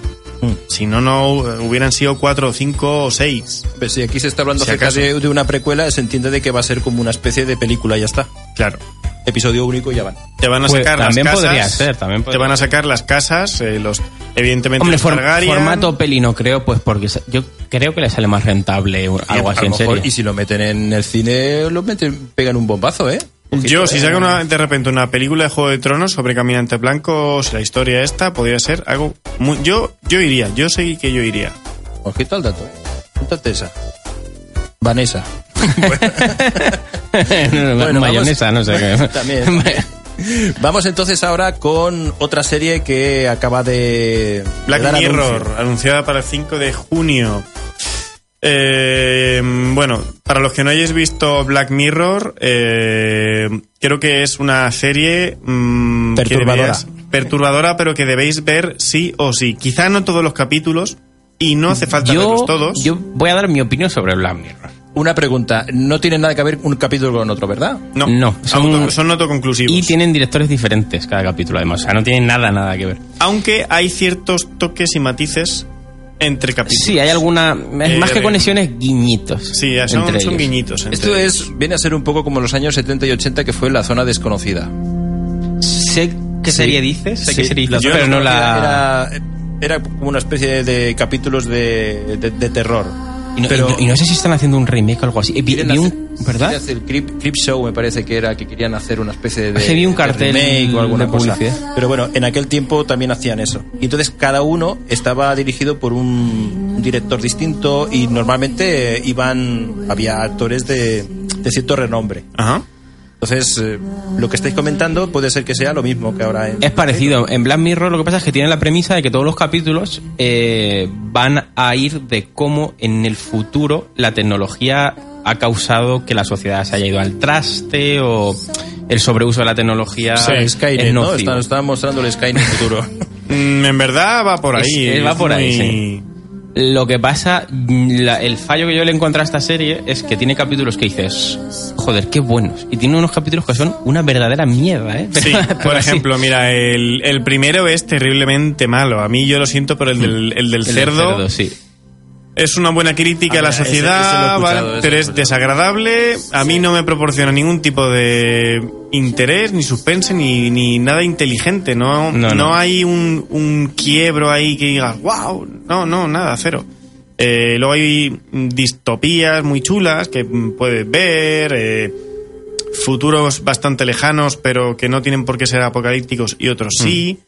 Speaker 2: Si no, no eh, hubieran sido cuatro o cinco o seis.
Speaker 4: Pues si aquí se está hablando
Speaker 2: Si
Speaker 4: acerca
Speaker 2: acaso.
Speaker 4: de, de una precuela, se entiende de que va a ser como una especie de película, ya está.
Speaker 2: Claro.
Speaker 4: Episodio único y ya van.
Speaker 2: Te van a
Speaker 3: Pues,
Speaker 2: sacar
Speaker 3: también
Speaker 2: las casas.
Speaker 3: podría ser, también podría
Speaker 2: Te van a sacar las casas, eh, los evidentemente
Speaker 3: Hombre,
Speaker 2: los
Speaker 3: for-
Speaker 2: Targaryen.
Speaker 3: formato peli no creo, pues porque se- yo creo que le sale más rentable un-
Speaker 4: Y
Speaker 3: algo
Speaker 4: a
Speaker 3: así
Speaker 4: lo
Speaker 3: en
Speaker 4: mejor-
Speaker 3: serie.
Speaker 4: Y si lo meten en el cine, lo meten, pegan un bombazo, ¿eh?
Speaker 2: Yo, si saca una- de repente una película de Juego de Tronos sobre Caminantes Blancos, la historia esta, podría ser algo... muy- yo, yo iría, yo sé que yo iría.
Speaker 4: Ojito al dato, ¿eh? Apúntate esa. Vanessa.
Speaker 3: No,
Speaker 4: Bueno,
Speaker 3: mayonesa,
Speaker 4: vamos-
Speaker 3: no sé qué.
Speaker 4: También. Vamos entonces ahora con otra serie que acaba de.
Speaker 2: Black
Speaker 4: de dar
Speaker 2: Mirror,
Speaker 4: anuncio.
Speaker 2: anunciada para el 5 de junio. Eh, bueno, para los que no hayáis visto Black Mirror, eh, creo que es una serie mm, que
Speaker 4: Perturbadora.
Speaker 2: deberías- perturbadora, pero que debéis ver sí o sí. Quizá no todos los capítulos, y no hace falta verlos todos.
Speaker 3: Yo voy a dar mi opinión sobre Black Mirror.
Speaker 4: Una pregunta, no tiene nada que ver un capítulo con otro, ¿verdad?
Speaker 2: no,
Speaker 3: no, son-
Speaker 2: auto- son autoconclusivos.
Speaker 3: Y tienen directores diferentes cada capítulo, además. O sea, no tienen nada, nada que ver.
Speaker 2: Aunque hay ciertos toques y matices entre capítulos.
Speaker 3: Sí, hay alguna. Es
Speaker 2: Eh,
Speaker 3: más que
Speaker 2: eh,
Speaker 3: conexiones, guiñitos.
Speaker 2: Sí, son,
Speaker 3: entre
Speaker 2: son
Speaker 3: ellos.
Speaker 2: guiñitos. entre
Speaker 4: Esto es viene a ser un poco como en los años 70 y 80 que fue la zona desconocida.
Speaker 3: Sé qué serie dices, sé qué
Speaker 4: Sí,
Speaker 3: serie
Speaker 4: la
Speaker 3: dices,
Speaker 4: zona
Speaker 3: pero no la.
Speaker 4: desconocida Era, era como una especie de capítulos de, de- de terror.
Speaker 3: Y no,
Speaker 4: pero
Speaker 3: y no- y no sé si están haciendo un remake o algo así. Eh, Vi,
Speaker 4: quieren
Speaker 3: vi
Speaker 4: hacer-
Speaker 3: un,
Speaker 4: quieren
Speaker 3: ¿Verdad?
Speaker 4: hacer el Creep, Creep Show, me parece que era que querían hacer una especie de.
Speaker 3: Es que Ah, vi un
Speaker 4: de
Speaker 3: cartel
Speaker 4: remake o alguna
Speaker 3: de
Speaker 4: cosa.
Speaker 3: publicidad.
Speaker 4: Pero bueno, en aquel tiempo también hacían eso. Y entonces cada uno estaba dirigido por un director distinto y normalmente eh, iban. Había actores de, de cierto renombre.
Speaker 2: Ajá.
Speaker 4: Entonces, eh, lo que estáis comentando puede ser que sea lo mismo que ahora en.
Speaker 3: Es parecido. En Black Mirror lo que pasa es que tiene la premisa de que todos los capítulos eh, van a ir de cómo en el futuro la tecnología ha causado que la sociedad se haya ido al traste o el sobreuso de la tecnología
Speaker 4: O sea,
Speaker 3: es
Speaker 4: Skynet, ¿no?
Speaker 3: nocivo.
Speaker 4: Están, estaban mostrando el Skynet futuro.
Speaker 2: Mm, en verdad va por
Speaker 3: Es-
Speaker 2: ahí.
Speaker 3: eh, va por ahí, sí. Lo que pasa, mm, la- el fallo que yo le encuentro a esta serie es que tiene capítulos que dices, joder, qué buenos. Y tiene unos capítulos que son una verdadera mierda, ¿eh?
Speaker 2: Sí,
Speaker 3: Pero
Speaker 2: por
Speaker 3: así.
Speaker 2: ejemplo, mira, el, el primero es terriblemente malo. A mí yo lo siento, pero el del, el
Speaker 3: El
Speaker 2: del cerdo,
Speaker 3: cerdo, sí.
Speaker 2: es una buena crítica a,
Speaker 4: Ah,
Speaker 2: la
Speaker 4: mira, ese- ese lo he
Speaker 2: sociedad,
Speaker 4: escuchado,
Speaker 2: ¿vale?
Speaker 4: ese lo he
Speaker 2: pero es
Speaker 4: escuchado.
Speaker 2: desagradable. A mí no me proporciona ningún tipo de interés, ni suspense, ni, ni nada inteligente. No,
Speaker 3: No,
Speaker 2: no,
Speaker 3: no.
Speaker 2: hay un, un quiebro ahí que digas, wow, no, no, nada, cero. Eh, luego hay distopías muy chulas que mm, puedes ver. eh, futuros bastante lejanos, pero que no tienen por qué ser apocalípticos y otros
Speaker 4: Mm.
Speaker 2: sí.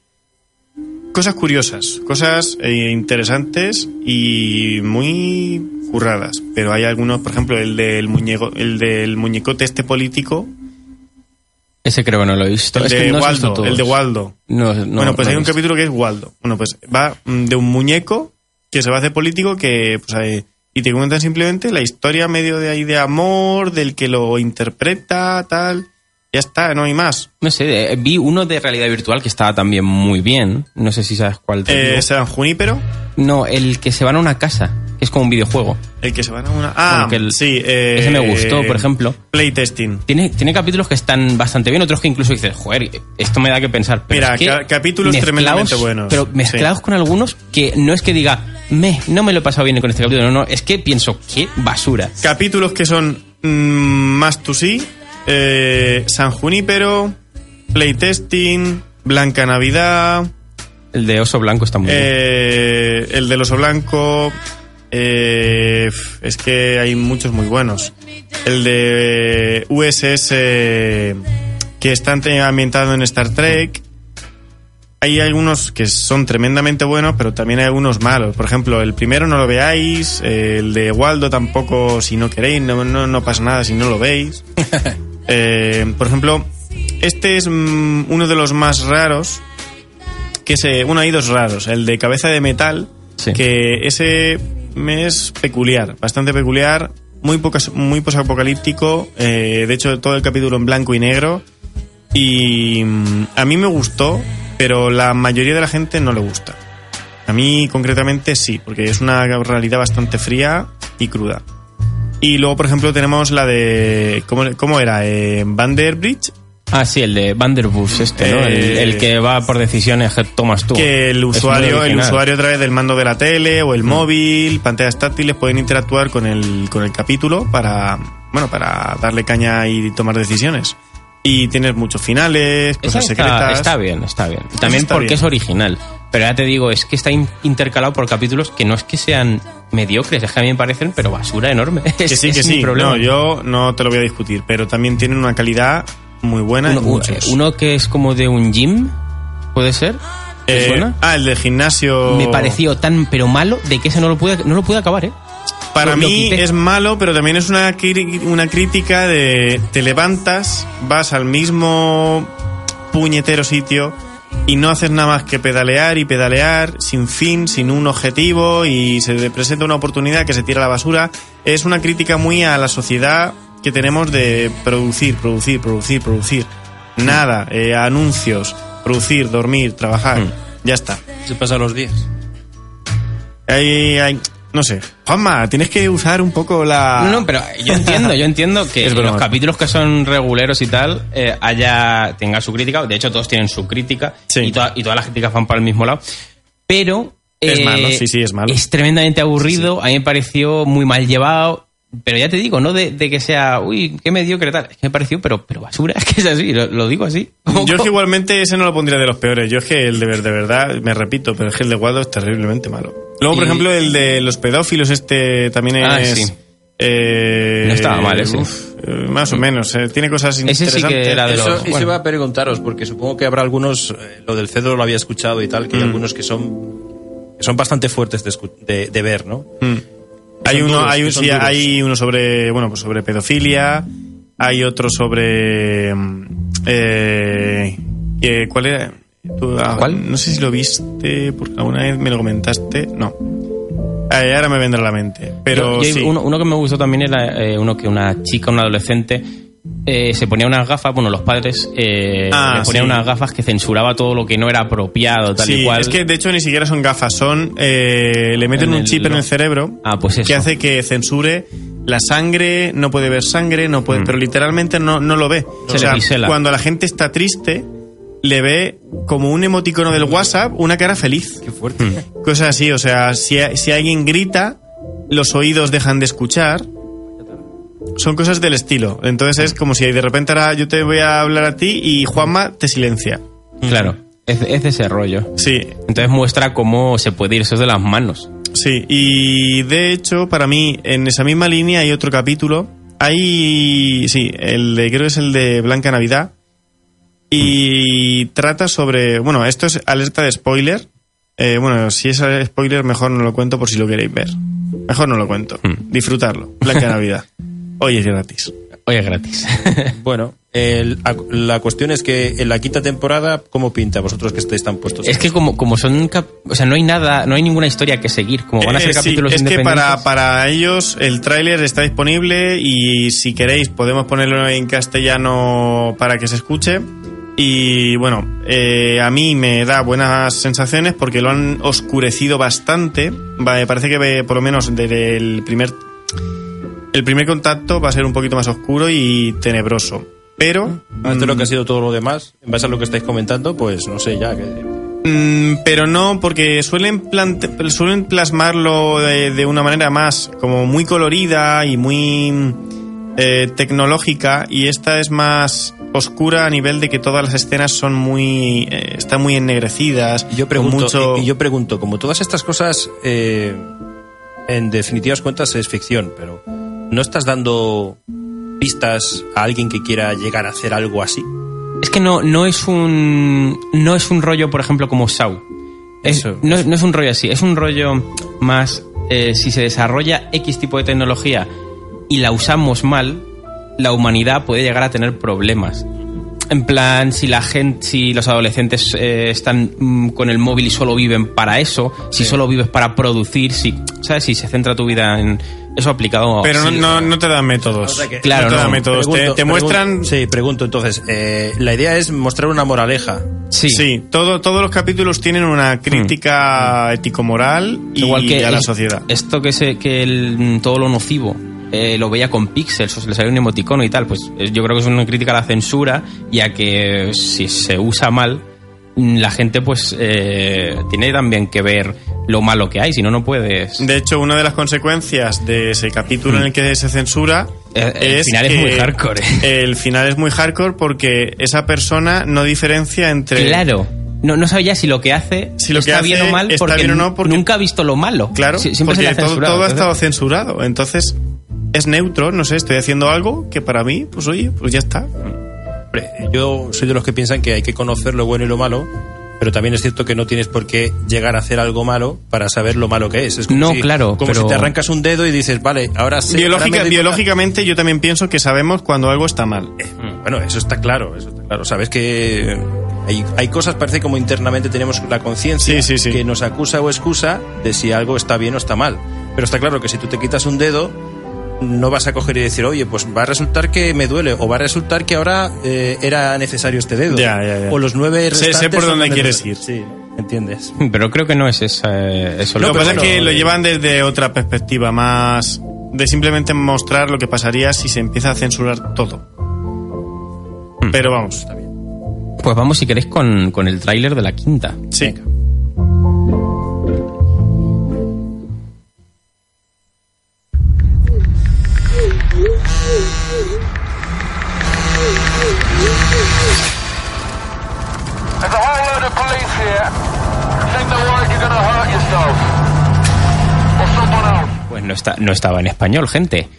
Speaker 2: Cosas curiosas, cosas eh, interesantes y muy curradas. Pero hay algunos, por ejemplo, el del muñeco, el del muñecote este político,
Speaker 3: Ese creo que no lo he visto.
Speaker 2: el
Speaker 3: Es
Speaker 2: de
Speaker 3: que no he visto
Speaker 2: Waldo,
Speaker 3: todos.
Speaker 2: el de Waldo.
Speaker 3: No, no,
Speaker 2: bueno, pues
Speaker 3: no
Speaker 2: hay
Speaker 3: lo he
Speaker 2: un
Speaker 3: visto.
Speaker 2: capítulo que es Waldo. Bueno, pues va mm, de un muñeco que se va a hacer político que pues, eh, y te cuentan simplemente la historia medio de ahí de amor, del que lo interpreta, tal. Ya está, no hay más.
Speaker 3: No sé, eh, vi uno de realidad virtual que estaba también muy bien. No sé si sabes cuál. te
Speaker 2: Eh,
Speaker 3: digo.
Speaker 2: San Junípero,
Speaker 3: No, el que se van a una casa, que es como un videojuego.
Speaker 2: el que se van a una. Ah,
Speaker 3: Bueno, que el-
Speaker 2: sí. eh,
Speaker 3: ese me gustó, por ejemplo.
Speaker 2: Playtesting.
Speaker 3: Tiene, tiene capítulos que están bastante bien, otros que incluso dices, joder, esto me da que pensar. Pero
Speaker 2: Mira,
Speaker 3: es que
Speaker 2: ca- capítulos
Speaker 3: mezclaos-
Speaker 2: tremendamente buenos.
Speaker 3: Pero mezclados
Speaker 2: Sí.
Speaker 3: con algunos que no es que diga, me, no me lo he pasado bien con este capítulo, no, no, es que pienso, qué basura.
Speaker 2: Capítulos que son mm, Más to Sí, eh, San Junípero, Playtesting, Blanca Navidad,
Speaker 3: El de Oso Blanco está muy bien.
Speaker 2: eh, el del oso blanco. eh, f- es que hay muchos muy buenos. El de USS eh, que está ante- ambientado en Star Trek. Hay algunos que son tremendamente buenos, pero también hay algunos malos. Por ejemplo, el primero no lo veáis, eh, el de Waldo tampoco si no queréis, no, no, no pasa nada si no lo veis. Eh, por ejemplo, este es mm, uno de los más raros, que es eh, uno hay dos raros, el de cabeza de metal,
Speaker 3: Sí.
Speaker 2: que ese me es peculiar, bastante peculiar, muy pocas, muy posapocalíptico, eh, de hecho todo el capítulo en blanco y negro y mm, a mí me gustó, pero la mayoría de la gente no le gusta. A mí concretamente sí, porque es una realidad bastante fría y cruda. Y luego, por ejemplo, tenemos la de... ¿Cómo, cómo era? Eh, Vanderbridge,
Speaker 3: Ah, sí, el de Vanderbush, este, ¿no? El,
Speaker 2: Eh,
Speaker 3: el que va por decisiones que tomas tú.
Speaker 2: que el
Speaker 3: Es muy
Speaker 2: usuario, el
Speaker 3: original. Mm.
Speaker 2: usuario a través del mando de la tele o el móvil, pantallas táctiles, pueden interactuar con el, con el capítulo para, bueno, para darle caña y tomar decisiones. Y tienes muchos finales,
Speaker 3: Esa
Speaker 2: cosas
Speaker 3: está-
Speaker 2: secretas.
Speaker 3: Está bien, está bien. También
Speaker 2: está
Speaker 3: porque
Speaker 2: bien.
Speaker 3: es original. Pero ya te digo, es que está in- intercalado por capítulos que no es que sean mediocres, es que a mí me parecen, pero basura enorme. Es,
Speaker 2: que sí,
Speaker 3: es
Speaker 2: que
Speaker 3: mi
Speaker 2: sí.
Speaker 3: problema.
Speaker 2: No, yo no te lo voy a discutir, pero también tienen una calidad muy buena. en
Speaker 3: uno, u-
Speaker 2: muchos.
Speaker 3: uno que es como de un gym, ¿puede ser? ¿Te
Speaker 2: Eh,
Speaker 3: suena?
Speaker 2: Ah, el del gimnasio.
Speaker 3: Me pareció tan pero malo de que ese no lo pude, no lo pude acabar, ¿eh?
Speaker 2: Para
Speaker 3: lo- lo
Speaker 2: mí
Speaker 3: quité.
Speaker 2: es malo, pero también es una, cri- una crítica de te levantas, vas al mismo puñetero sitio y no haces nada más que pedalear y pedalear sin fin, sin un objetivo y se te presenta una oportunidad que se tira a la basura. Es una crítica muy a la sociedad que tenemos de producir, producir, producir, producir. Nada, eh, anuncios, producir, dormir, trabajar.
Speaker 3: Mm.
Speaker 2: Ya está.
Speaker 4: Se pasan los días.
Speaker 2: Eh, Ahí hay- no sé. Juanma, tienes que usar un poco la...
Speaker 3: No, pero yo entiendo, yo entiendo que
Speaker 2: Es
Speaker 3: en
Speaker 2: broma.
Speaker 3: los capítulos que son reguleros y tal, eh, haya, tenga su crítica, de hecho todos tienen su crítica
Speaker 2: Sí.
Speaker 3: y, toda- y todas las críticas van para el mismo lado, pero...
Speaker 2: Es
Speaker 3: eh,
Speaker 2: malo, sí, sí, es malo.
Speaker 3: Es tremendamente aburrido, a mí me pareció muy mal llevado, pero ya te digo, no de, de que sea, uy, qué mediocre tal, es que me pareció, pero, pero basura, es que es así, lo, lo digo así.
Speaker 2: Yo es que igualmente ese no lo pondría de los peores. Yo es que el de, ver- de verdad, me repito, pero es que el de Waldo es terriblemente malo. Luego, por
Speaker 3: Y-
Speaker 2: ejemplo, el de los pedófilos, este también es.
Speaker 3: Ah, sí.
Speaker 2: eh,
Speaker 3: No estaba mal ese.
Speaker 2: eh, más o menos. eh, tiene cosas
Speaker 3: Ese sí que
Speaker 2: interesantes.
Speaker 3: era de
Speaker 4: Eso,
Speaker 3: los-
Speaker 4: eso
Speaker 3: bueno.
Speaker 4: iba a preguntaros, porque supongo que habrá algunos, eh, lo del cedro lo había escuchado y tal, que
Speaker 3: Mm.
Speaker 4: hay algunos que son, que son bastante fuertes de, escu- de- de ver, ¿no?
Speaker 3: Mm.
Speaker 2: Hay
Speaker 4: son
Speaker 2: uno,
Speaker 4: duros,
Speaker 2: hay, un,
Speaker 4: que son
Speaker 2: sí,
Speaker 4: duros.
Speaker 2: hay uno sobre, bueno, pues sobre pedofilia. Hay otro sobre. mm, Eh, eh, ¿Cuál era? Tú, ah,
Speaker 3: ¿Cuál?
Speaker 2: No sé si lo viste, porque alguna vez me lo comentaste. No. Eh, ahora me vendrá a la mente. Pero
Speaker 3: Yo- yo-
Speaker 2: sí.
Speaker 3: uno, uno que me gustó también era eh, uno que una chica, un adolescente, eh, se ponía unas gafas, bueno, los padres eh,
Speaker 2: Ah,
Speaker 3: le ponían
Speaker 2: sí.
Speaker 3: unas gafas que censuraba todo lo que no era apropiado, tal
Speaker 2: Sí,
Speaker 3: y cual.
Speaker 2: es que de hecho ni siquiera son gafas, son eh, le meten
Speaker 3: En
Speaker 2: un
Speaker 3: el-
Speaker 2: chip en el cerebro
Speaker 3: Ah, pues eso.
Speaker 2: que hace que censure la sangre, no puede ver sangre, no puede, pero literalmente no, no lo ve.
Speaker 3: Mm. Se le pixela.
Speaker 2: cuando la gente está triste, le ve como un emoticono del WhatsApp una cara feliz.
Speaker 4: Qué fuerte.
Speaker 2: Cosas así, o sea, si, si alguien grita, los oídos dejan de escuchar. Son cosas del estilo. Entonces es como si de repente ahora yo te voy a hablar a ti y Juanma te silencia.
Speaker 3: Claro, es, es de ese rollo.
Speaker 2: Sí,
Speaker 3: Entonces muestra cómo se puede irse de las manos.
Speaker 2: Sí, y de hecho, para mí, en esa misma línea hay otro capítulo. Hay. Sí, el de, creo que es el de Blanca Navidad. Y trata sobre. Bueno, esto es alerta de spoiler. Eh, bueno, si es spoiler, mejor no lo cuento por si lo queréis ver. Mejor no lo cuento. Disfrutarlo. Blanca Navidad. Hoy es gratis.
Speaker 3: Oye, gratis.
Speaker 4: Bueno, el- a- la cuestión es que en la quinta temporada, ¿cómo pinta vosotros que estáis tan puestos?
Speaker 3: es que como, como son... cap- O sea, no hay nada, no hay ninguna historia que seguir. Como van a ser
Speaker 2: Eh, sí,
Speaker 3: capítulos
Speaker 2: es que
Speaker 3: independientes...
Speaker 2: para, para ellos el tráiler está disponible y si queréis podemos ponerlo en castellano para que se escuche. Y bueno, eh, a mí me da buenas sensaciones porque lo han oscurecido bastante. Va, me parece que ve- por lo menos desde el primer el primer contacto va a ser un poquito más oscuro y tenebroso. Pero mm,
Speaker 4: Antes de Ah, lo que ha sido todo lo demás, en base a lo que estáis comentando, pues no sé ya. que-
Speaker 2: Mm, pero no, porque suelen, plante- suelen plasmarlo de, de una manera más como muy colorida y muy eh, tecnológica y esta es más oscura a nivel de que todas las escenas son muy eh, están muy ennegrecidas
Speaker 4: Y yo
Speaker 2: con
Speaker 4: pregunto,
Speaker 2: mucho-
Speaker 4: y, y yo pregunto, como todas estas cosas, eh, en definitivas cuentas es ficción, pero ¿no estás dando pistas a alguien que quiera llegar a hacer algo así?
Speaker 3: Es que no, no es un. No es un rollo, por ejemplo, como Saw. Es-
Speaker 4: Eso.
Speaker 3: no, no es un rollo así, es un rollo más. eh, si se desarrolla X tipo de tecnología y la usamos mal, la humanidad puede llegar a tener problemas. En plan, si la gente, si los adolescentes eh, están mm, con el móvil y solo viven para eso, si solo vives para producir, si, ¿sabes? Si se centra tu vida en eso aplicado. a-
Speaker 2: pero no,
Speaker 3: sí.
Speaker 2: no, no te dan métodos
Speaker 3: Pues, Claro,
Speaker 2: no te
Speaker 3: no.
Speaker 2: dan métodos Te-
Speaker 4: Pregunto,
Speaker 2: te,
Speaker 4: pregun-
Speaker 2: muestran
Speaker 4: Sí, pregunto entonces. eh, la idea es mostrar una moraleja.
Speaker 3: Sí.
Speaker 2: sí, todo- todos los capítulos tienen una crítica
Speaker 4: Mm.
Speaker 2: ético-moral y
Speaker 3: Igual que
Speaker 2: a la
Speaker 3: es-
Speaker 2: sociedad
Speaker 3: Esto que, se, que el, mm, todo lo nocivo eh, lo veía con píxeles, o se le salió un emoticono y tal, pues eh, yo creo que es una crítica a la censura y a que eh, si se usa mal, mm, la gente pues eh, tiene también que ver lo malo que hay, si no, no puedes...
Speaker 2: De hecho, una de las consecuencias de ese capítulo en el que se censura
Speaker 3: Eh, el
Speaker 2: es
Speaker 3: final es
Speaker 2: que
Speaker 3: muy hardcore, ¿eh?
Speaker 2: El final es muy hardcore porque esa persona no diferencia entre
Speaker 3: Claro. No, no sabía si lo que hace
Speaker 2: Si lo que
Speaker 3: está
Speaker 2: hace
Speaker 3: bien o mal
Speaker 2: está
Speaker 3: porque,
Speaker 2: bien o no, porque-
Speaker 3: nunca ha visto lo malo.
Speaker 2: Claro,
Speaker 3: Sie- siempre se le ha
Speaker 2: porque todo,
Speaker 3: censurado,
Speaker 2: todo ha
Speaker 3: entonces-
Speaker 2: estado censurado. Entonces, es neutro, no sé, estoy haciendo algo que para mí, pues oye, pues ya está.
Speaker 4: Hombre, Yo soy de los que piensan que hay que conocer lo bueno y lo malo, pero también es cierto que no tienes por qué llegar a hacer algo malo para saber lo malo que es. Es como
Speaker 3: No,
Speaker 4: si-
Speaker 3: claro,
Speaker 4: Como
Speaker 3: pero-
Speaker 4: si te arrancas un dedo y dices, vale, ahora sí.
Speaker 2: Biológica-
Speaker 4: ahora me doy cuenta".
Speaker 2: biológicamente yo también pienso que sabemos cuando algo está mal.
Speaker 4: Mm. Bueno, eso está claro, eso está claro. Sabes que hay, hay cosas, parece como internamente tenemos la conciencia
Speaker 2: Sí, sí, sí.
Speaker 4: que nos acusa o excusa de si algo está bien o está mal. Pero está claro que si tú te quitas un dedo, no vas a coger y decir, oye, pues va a resultar que me duele, o va a resultar que ahora eh, era necesario este dedo.
Speaker 2: Ya, ya, ya.
Speaker 4: O los nueve
Speaker 2: Sé- sé
Speaker 4: restantes
Speaker 2: por
Speaker 4: son
Speaker 2: dónde quieres
Speaker 4: necesarios. Sí. ¿Entiendes?
Speaker 3: Pero creo que no es esa, eh, eso
Speaker 2: Lo
Speaker 3: lo
Speaker 2: que pasa es que
Speaker 3: bueno,
Speaker 2: lo
Speaker 3: eh,
Speaker 2: llevan desde otra perspectiva, más de simplemente mostrar lo que pasaría si se empieza a censurar todo. Pero vamos, está bien.
Speaker 3: Pues vamos, si queréis, con, con el tráiler de la quinta.
Speaker 2: Sí.
Speaker 5: There's a whole load of police here. Think the word you're gonna hurt yourself. Or someone else.
Speaker 3: Pues no, está, no estaba en español, gente.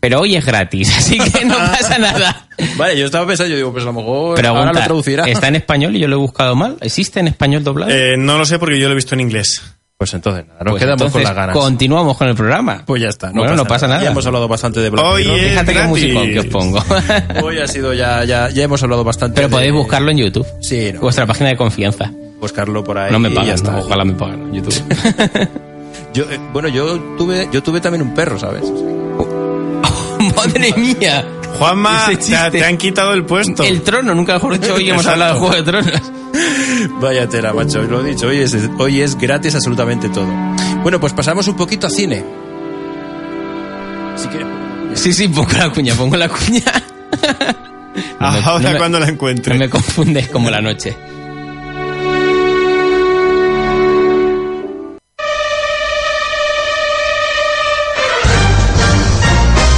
Speaker 3: Pero hoy es gratis, así que no pasa nada.
Speaker 4: Vale, yo estaba pensando, yo digo, pues a lo mejor
Speaker 3: Pero
Speaker 4: Ah. ahora lo
Speaker 3: aguanta,
Speaker 4: traducirá.
Speaker 3: ¿está en español y yo lo he buscado mal? ¿Existe en español doblado?
Speaker 2: Eh, no lo sé porque yo lo he visto en inglés.
Speaker 4: Pues entonces, nada, nos
Speaker 3: Pues
Speaker 4: quedamos con
Speaker 3: entonces,
Speaker 4: las ganas.
Speaker 3: Continuamos con el programa.
Speaker 4: Pues ya está.
Speaker 3: bueno, no pasa nada.
Speaker 4: Ya hemos hablado Pues bastante de Black
Speaker 2: Hoy
Speaker 4: Mirror.
Speaker 2: es
Speaker 3: Fíjate qué
Speaker 2: gratis.
Speaker 3: musicón que os pongo.
Speaker 4: Hoy ha sido ya, ya, ya hemos hablado bastante.
Speaker 3: Pero
Speaker 4: de-
Speaker 3: podéis buscarlo en YouTube.
Speaker 4: Sí, no.
Speaker 3: Vuestra página de confianza.
Speaker 4: Buscarlo por ahí.
Speaker 3: no me
Speaker 4: y
Speaker 3: pagan,
Speaker 4: ya está.
Speaker 3: no, ojalá me paguen en YouTube.
Speaker 4: Yo, eh, bueno, yo tuve, yo tuve también un perro, ¿sabes? O sea,
Speaker 3: ¡Madre mía!
Speaker 2: Juanma,
Speaker 3: Ese
Speaker 2: te,
Speaker 3: chiste.
Speaker 2: te han quitado el puesto.
Speaker 3: El trono, nunca mejor dicho, hoy hemos
Speaker 4: Exacto.
Speaker 3: hablado de Juego de Tronos.
Speaker 4: Vaya tela, macho, lo he dicho. Hoy es, hoy es gratis absolutamente todo. Bueno, pues pasamos un poquito a cine. Si quieres.
Speaker 3: Sí, sí, pongo la cuña, pongo la cuña. No me-
Speaker 2: Ahora
Speaker 3: no me-
Speaker 2: cuando la
Speaker 3: No
Speaker 2: encuentre.
Speaker 3: me confundes como la noche.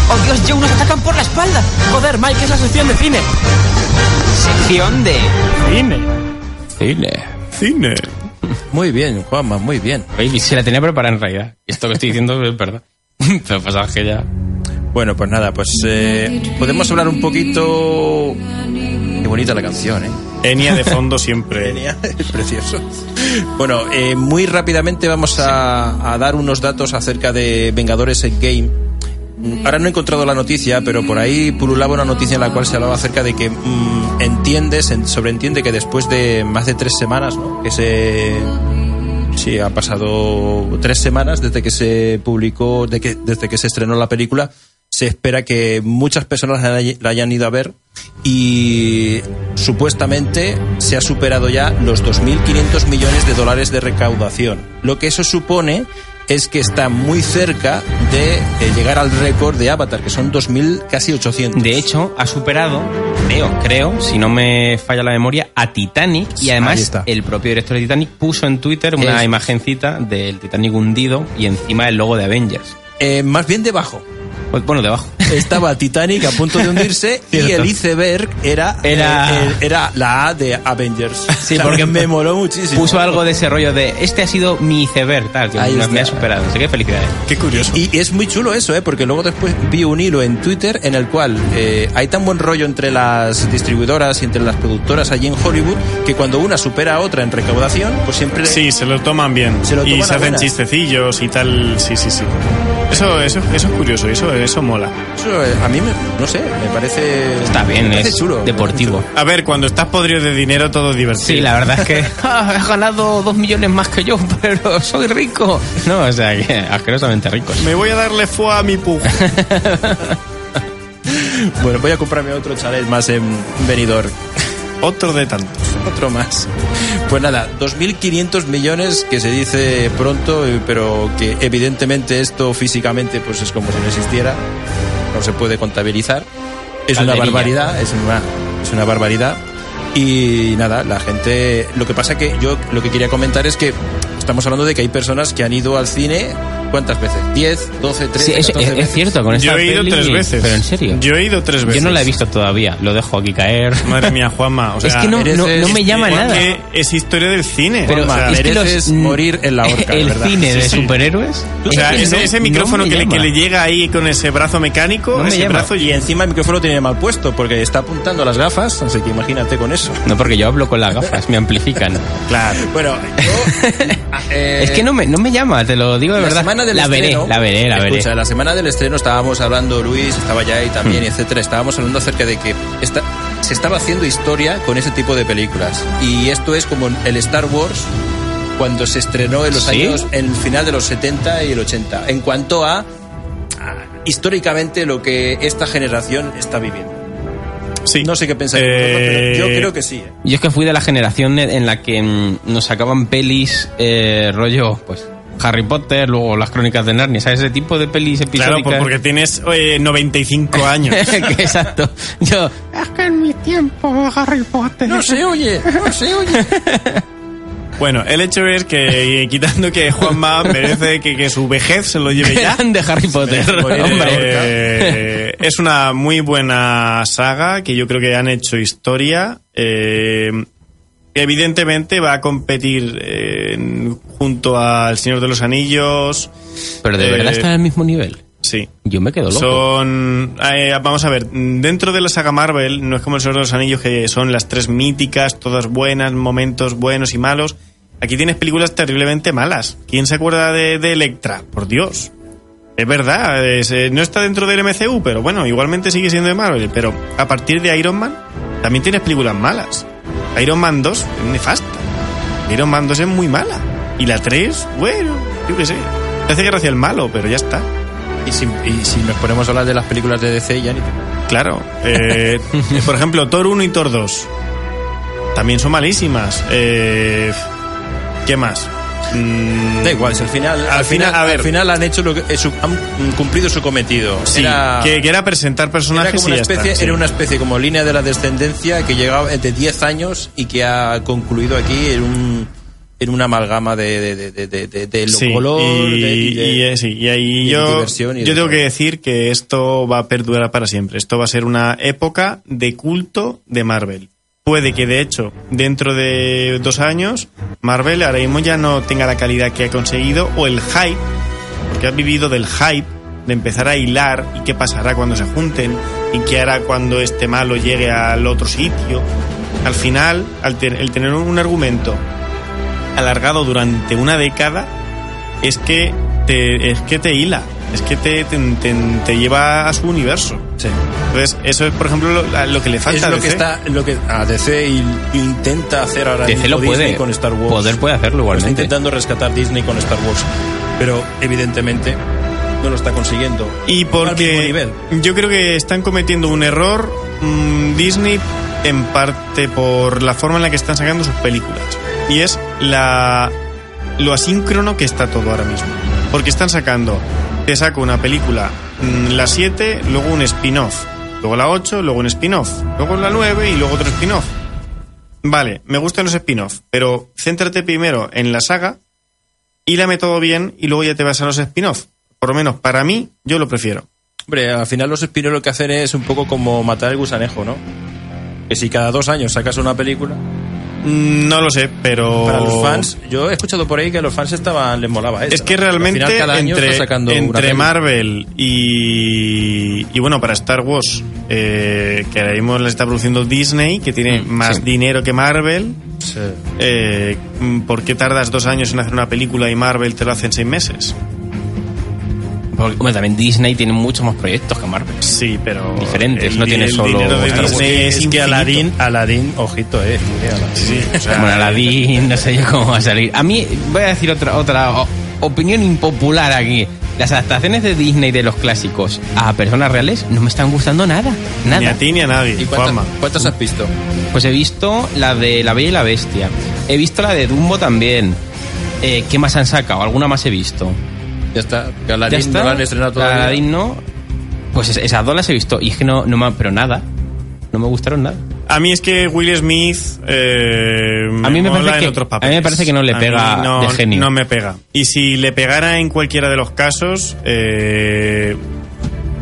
Speaker 6: ¡Oh Dios, Joe, nos atacan por la espalda! Joder, Mike, es la sección de cine.
Speaker 3: Sección de cine.
Speaker 2: Cine.
Speaker 4: Muy bien, Juanma, muy bien.
Speaker 3: Oye, se la tenía preparada en realidad. Esto que estoy diciendo es verdad. Pero pasa que ya.
Speaker 4: Bueno, pues nada, pues eh, podemos hablar un poquito. Qué bonita la canción, ¿eh?
Speaker 2: Enia de fondo siempre.
Speaker 4: Genial, es precioso. Bueno, eh, muy rápidamente vamos a, a dar unos datos acerca de Vengadores Endgame. Mm, Ahora no he encontrado la noticia, pero por ahí pululaba una noticia en la cual se hablaba acerca de que mm, entiendes, en- sobreentiende que después de más de tres semanas, ¿no? que se... Sí, ha pasado tres semanas desde que se publicó, de que- desde que se estrenó la película. Se espera que muchas personas la hay- la hayan ido a ver y supuestamente se ha superado ya los 2.500 millones de dólares de recaudación. Lo que eso supone es que está muy cerca de eh, llegar al récord de Avatar, que son 2.000, casi 800.
Speaker 3: De hecho, ha superado, creo, creo, si no me falla la memoria, a Titanic. Y
Speaker 4: Ahí
Speaker 3: además,
Speaker 4: está.
Speaker 3: el propio director de Titanic puso en Twitter una
Speaker 4: Es-
Speaker 3: imagencita del Titanic hundido y encima el logo de Avengers.
Speaker 4: Eh, más bien debajo.
Speaker 3: Pues, Bueno, debajo.
Speaker 4: Estaba Titanic a punto de hundirse y
Speaker 3: Cierto.
Speaker 4: el iceberg era,
Speaker 3: Era-
Speaker 4: eh, eh, era la A de Avengers.
Speaker 3: Sí,
Speaker 4: O sea,
Speaker 3: porque
Speaker 4: me moló muchísimo.
Speaker 3: Puso algo de ese rollo de este ha sido mi iceberg, tal, que
Speaker 4: Ahí
Speaker 3: me,
Speaker 4: está.
Speaker 3: me ha superado. Así que felicidades.
Speaker 2: Qué curioso.
Speaker 4: Y es muy chulo eso, ¿eh? porque luego después vi un hilo en Twitter en el cual eh, hay tan buen rollo entre las distribuidoras y entre las productoras allí en Hollywood que cuando una supera a otra en recaudación, pues siempre...
Speaker 2: Sí, se lo toman bien.
Speaker 4: Se lo toman
Speaker 2: y se
Speaker 4: a
Speaker 2: hacen
Speaker 4: buenas.
Speaker 2: chistecillos y tal. Sí, sí, sí. Eso, eso, eso es curioso, eso, eso mola.
Speaker 4: Eso, eh, a mí, me- no sé, me parece...
Speaker 3: Está bien,
Speaker 4: me parece
Speaker 3: es
Speaker 4: chulo.
Speaker 3: deportivo.
Speaker 2: A ver, cuando estás podrido de dinero, todo es divertido.
Speaker 3: Sí, la verdad es que "Ah, has ganado dos millones más que yo, pero soy rico. No, o sea, que asquerosamente rico.
Speaker 2: Me voy a darle fuego a mi pujo.
Speaker 4: Bueno, voy a comprarme otro chalet más en Benidorm.
Speaker 2: Otro de tantos.
Speaker 4: Otro más. Pues nada, 2.500 millones que se dice pronto, eh, pero que evidentemente esto físicamente pues es como si no existiera, no se puede contabilizar. Es una
Speaker 3: Calderilla.
Speaker 4: barbaridad, es una, es una barbaridad. Y nada, la gente... Lo que pasa que yo lo que quería comentar es que estamos hablando de que hay personas que han ido al cine, ¿cuántas veces? ¿10, 12, 13,
Speaker 3: Sí, es,
Speaker 4: 14
Speaker 3: es- es
Speaker 4: veces?
Speaker 3: cierto, con esta
Speaker 2: Yo he ido
Speaker 3: peli-
Speaker 2: tres veces.
Speaker 3: Pero en serio.
Speaker 2: Yo he ido tres veces.
Speaker 3: Yo no la he visto todavía, lo dejo aquí caer.
Speaker 2: Madre mía, Juanma. O sea,
Speaker 3: es que no,
Speaker 4: eres-
Speaker 3: no- no me llama
Speaker 2: es
Speaker 3: nada.
Speaker 2: que es historia del cine.
Speaker 3: Pero
Speaker 4: Juanma,
Speaker 3: es que los-
Speaker 4: mereces morir en la horca,
Speaker 3: El
Speaker 4: ¿verdad?
Speaker 3: cine
Speaker 4: Sí,
Speaker 3: de
Speaker 4: sí.
Speaker 3: superhéroes.
Speaker 2: o sea,
Speaker 3: es que
Speaker 2: ese,
Speaker 3: no-
Speaker 2: ese
Speaker 3: no
Speaker 2: micrófono
Speaker 3: me
Speaker 2: que, le, que
Speaker 3: llama.
Speaker 2: le llega ahí con ese brazo mecánico,
Speaker 3: No me
Speaker 2: ese
Speaker 3: llama.
Speaker 2: brazo
Speaker 4: Y encima el micrófono tiene mal puesto porque está apuntando a las gafas, así que imagínate con eso.
Speaker 3: No, porque yo hablo con las gafas, me amplifican.
Speaker 2: Claro.
Speaker 4: Bueno, yo, eh,
Speaker 3: Es que no me, no me llama, te lo digo de
Speaker 4: la
Speaker 3: verdad.
Speaker 4: semana del
Speaker 3: la veré,
Speaker 4: estreno,
Speaker 3: la veré, la veré.
Speaker 4: Escucha, la semana del estreno estábamos hablando, Luis estaba ya ahí también, etcétera. Estábamos hablando acerca de que esta- se estaba haciendo historia con ese tipo de películas. Y esto es como el Star Wars cuando se estrenó en los
Speaker 3: ¿Sí?
Speaker 4: años, en el final de los 70 y el 80. En cuanto a, a, históricamente lo que esta generación está viviendo.
Speaker 2: Sí.
Speaker 4: No sé qué pensáis
Speaker 2: Eh,
Speaker 4: vosotros, pero yo creo que sí. ¿eh?
Speaker 3: Yo es que fui de la generación en la que mm, nos sacaban pelis eh, rollo, pues Harry Potter, luego las crónicas de Narnia, ¿sabes? Ese tipo de pelis
Speaker 2: Claro,
Speaker 3: episódicas.
Speaker 2: por- porque tienes eh, 95 años.
Speaker 3: Que Exacto. Yo, es que en mi tiempo Harry Potter.
Speaker 4: No se oye, no se oye.
Speaker 2: Bueno, el hecho es que, y quitando que Juanma merece que, que su vejez se lo lleve ya.
Speaker 3: Grande Harry Potter,
Speaker 4: morir,
Speaker 3: hombre.
Speaker 2: Eh, es una muy buena saga que yo creo que han hecho historia. Eh, evidentemente va a competir eh, en- junto al Señor de los Anillos.
Speaker 3: Pero de
Speaker 2: eh,
Speaker 3: verdad están al mismo nivel.
Speaker 2: Sí.
Speaker 3: Yo me quedo loco.
Speaker 2: Son. eh, vamos a ver, dentro de la saga Marvel, no es como el Señor de los Anillos, que son las tres míticas, todas buenas, momentos buenos y malos. Aquí tienes películas terriblemente malas. ¿Quién se acuerda de, de Electra? Por Dios. Es verdad, es, eh, no está dentro del MCU, pero bueno, igualmente sigue siendo de Marvel. Pero a partir de Iron Man, también tienes películas malas. Iron Man 2 es nefasta. Iron Man 2 es muy mala. Y la 3, bueno, yo qué sé. Te hace gracia el malo, pero ya está.
Speaker 4: Y si, y si nos ponemos a hablar de las películas de DC, ya ni te-
Speaker 2: Claro. eh, por ejemplo, Thor 1 y Thor 2. También son malísimas. Eh, ¿Qué más? Mm,
Speaker 4: Da igual, si al final, al, final,
Speaker 2: final, a ver.
Speaker 4: al final han hecho lo que, eh, su- han cumplido su cometido.
Speaker 2: sí,
Speaker 4: Era-
Speaker 2: que, que era presentar
Speaker 4: Era
Speaker 2: personajes
Speaker 4: como
Speaker 2: y
Speaker 4: una
Speaker 2: ya
Speaker 4: especie,
Speaker 2: está, sí.
Speaker 4: era una especie como línea de la descendencia que llegaba de 10 años y que ha concluido aquí en un en una amalgama de, de, de, de, de, de- de lo
Speaker 2: Sí,
Speaker 4: color
Speaker 2: y,
Speaker 4: de- y de-
Speaker 2: y, eh, sí, y ahí
Speaker 4: y de
Speaker 2: yo, yo
Speaker 4: diversión y de
Speaker 2: tengo
Speaker 4: todo.
Speaker 2: que decir que esto va a perdurar para siempre. Esto va a ser una época de culto de Marvel. Puede que, de hecho, dentro de dos años, Marvel ahora mismo ya no tenga la calidad que ha conseguido o el hype, porque ha vivido del hype de empezar a hilar y qué pasará cuando se junten y qué hará cuando este malo llegue al otro sitio. Al final, al te- el tener un argumento alargado durante una década, es que te, es que te hila, es que te, te, te- te lleva a su universo.
Speaker 4: Sí.
Speaker 2: Entonces, eso es, por ejemplo, lo, lo que le falta
Speaker 4: es lo
Speaker 2: a
Speaker 4: que
Speaker 2: DC.
Speaker 4: está lo que a DC in- intenta hacer ahora
Speaker 3: DC
Speaker 4: mismo
Speaker 3: lo
Speaker 4: Disney
Speaker 3: puede.
Speaker 4: con Star Wars.
Speaker 3: Poder puede hacerlo
Speaker 4: Lo Está
Speaker 3: igualmente.
Speaker 4: intentando rescatar Disney con Star Wars, pero evidentemente no lo está consiguiendo. Al
Speaker 2: Y
Speaker 4: mismo
Speaker 2: porque
Speaker 4: nivel.
Speaker 2: yo creo que están cometiendo un error mm, Disney en parte por la forma en la que están sacando sus películas. Y es la lo asíncrono que está todo ahora mismo. Porque están sacando, te saco una película, mm, la 7, luego un spin-off, luego la 8, luego un spin-off, luego la 9 y luego otro spin-off. Vale, me gustan los spin-off, pero céntrate primero en la saga, hílame todo bien y luego ya te vas a los spin-off. Por lo menos para mí, yo lo prefiero.
Speaker 4: Hombre, al final los espinos lo que hacen es un poco como matar el gusanejo, ¿no? Que si cada dos años sacas una película,
Speaker 2: Mm, No lo sé, pero.
Speaker 4: para los fans, yo he escuchado por ahí que a los fans estaban, les molaba eso.
Speaker 2: Es que realmente entre, entre Marvel y, y bueno, para Star Wars, eh, que ahora mismo la está produciendo Disney, que tiene más dinero que Marvel, eh, mm, ¿por qué tardas dos años en hacer una película y Marvel te lo hace en seis meses?
Speaker 3: Porque, bueno, también Disney tiene muchos más proyectos que Marvel.
Speaker 2: Sí, pero...
Speaker 3: Diferentes,
Speaker 2: el
Speaker 3: no
Speaker 2: di-
Speaker 3: tiene
Speaker 2: el
Speaker 3: solo
Speaker 2: dinero de
Speaker 3: Star Wars.
Speaker 2: Disney es,
Speaker 4: que
Speaker 2: infinito.
Speaker 4: Aladdin, Aladdin, ojito, eh. mire, Aladdin.
Speaker 2: Sí, o sea,
Speaker 3: Bueno, Aladdin, no sé yo cómo va a salir. A mí, voy a decir otra, otra o- opinión impopular aquí. Las adaptaciones de Disney de los clásicos a personas reales no me están gustando nada. Nada.
Speaker 2: Ni a ti ni a nadie,
Speaker 4: ¿Y
Speaker 2: Juanma.
Speaker 4: cuántas, cuántas has visto?
Speaker 3: Pues he visto la de La Bella y la Bestia. He visto la de Dumbo también. Eh, ¿Qué más han sacado? ¿Alguna más he visto?
Speaker 4: Ya está, que
Speaker 3: ¿Ya
Speaker 4: Aladdin
Speaker 3: está?
Speaker 4: no la han estrenado todavía.
Speaker 3: Aladdin no. Pues es- esas dos las he visto. Y es que no, no me... Pero nada. No me gustaron nada.
Speaker 2: A mí es que Will Smith eh,
Speaker 3: A mí me
Speaker 2: mola
Speaker 3: parece
Speaker 2: en
Speaker 3: que-
Speaker 2: otros
Speaker 3: a mí me
Speaker 2: papeles.
Speaker 3: parece que no le
Speaker 2: A
Speaker 3: pega
Speaker 2: mí no,
Speaker 3: de genio.
Speaker 2: No me pega. Y si le pegara en cualquiera de los casos, eh,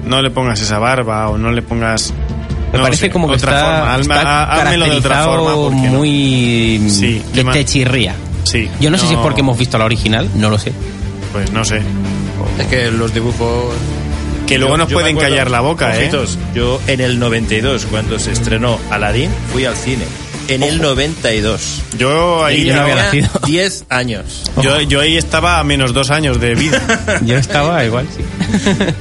Speaker 2: no le pongas esa barba o no le pongas.
Speaker 3: Me
Speaker 2: no
Speaker 3: parece
Speaker 2: sé,
Speaker 3: como que
Speaker 2: otra
Speaker 3: está,
Speaker 2: forma. Hazme-
Speaker 3: está
Speaker 2: há- házmelo de otra
Speaker 3: caracterizado
Speaker 2: forma. porque no.
Speaker 3: muy...
Speaker 2: Sí,
Speaker 3: que
Speaker 2: que ma-
Speaker 3: te chirría.
Speaker 2: Sí,
Speaker 3: Yo no, sé si es porque hemos visto la original, no lo sé.
Speaker 2: Pues no sé.
Speaker 4: Es que los dibujos.
Speaker 2: Que luego
Speaker 4: Yo-
Speaker 2: nos
Speaker 4: yo me
Speaker 2: pueden
Speaker 4: acuerdo,
Speaker 2: callar la boca, eh.
Speaker 4: ojitos, Yo en el 92, cuando se estrenó Aladdin, fui al cine. En el 92.
Speaker 2: ¿eh? Yo ahí,
Speaker 4: Y
Speaker 3: yo no había
Speaker 4: tenía
Speaker 3: nacido.
Speaker 4: 10 años.
Speaker 2: yo, yo ahí estaba a menos dos años de vida.
Speaker 3: Yo estaba igual, sí.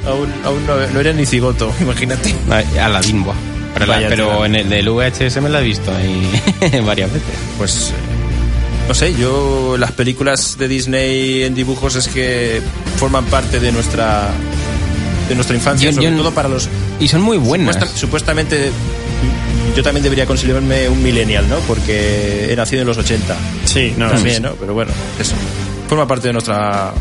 Speaker 4: Aún, aún no, no era ni cigoto, imagínate.
Speaker 3: A la Dimbo. Pero, la-
Speaker 4: Vaya
Speaker 3: pero
Speaker 4: tela.
Speaker 3: en el del VHS me la he visto ahí varias veces.
Speaker 4: Pues eh, no sé, yo las películas de Disney en dibujos es que forman parte de nuestra de nuestra infancia,
Speaker 3: Yo-
Speaker 4: sobre
Speaker 3: yo-
Speaker 4: todo para los
Speaker 3: y son muy buenas.
Speaker 4: Supuesta- supuestamente yo también debería considerarme un millennial, ¿no? Porque he nacido en los 80.
Speaker 2: Sí, no,
Speaker 4: también,
Speaker 2: sí.
Speaker 4: ¿no? Pero bueno, eso. Forma parte de nuestra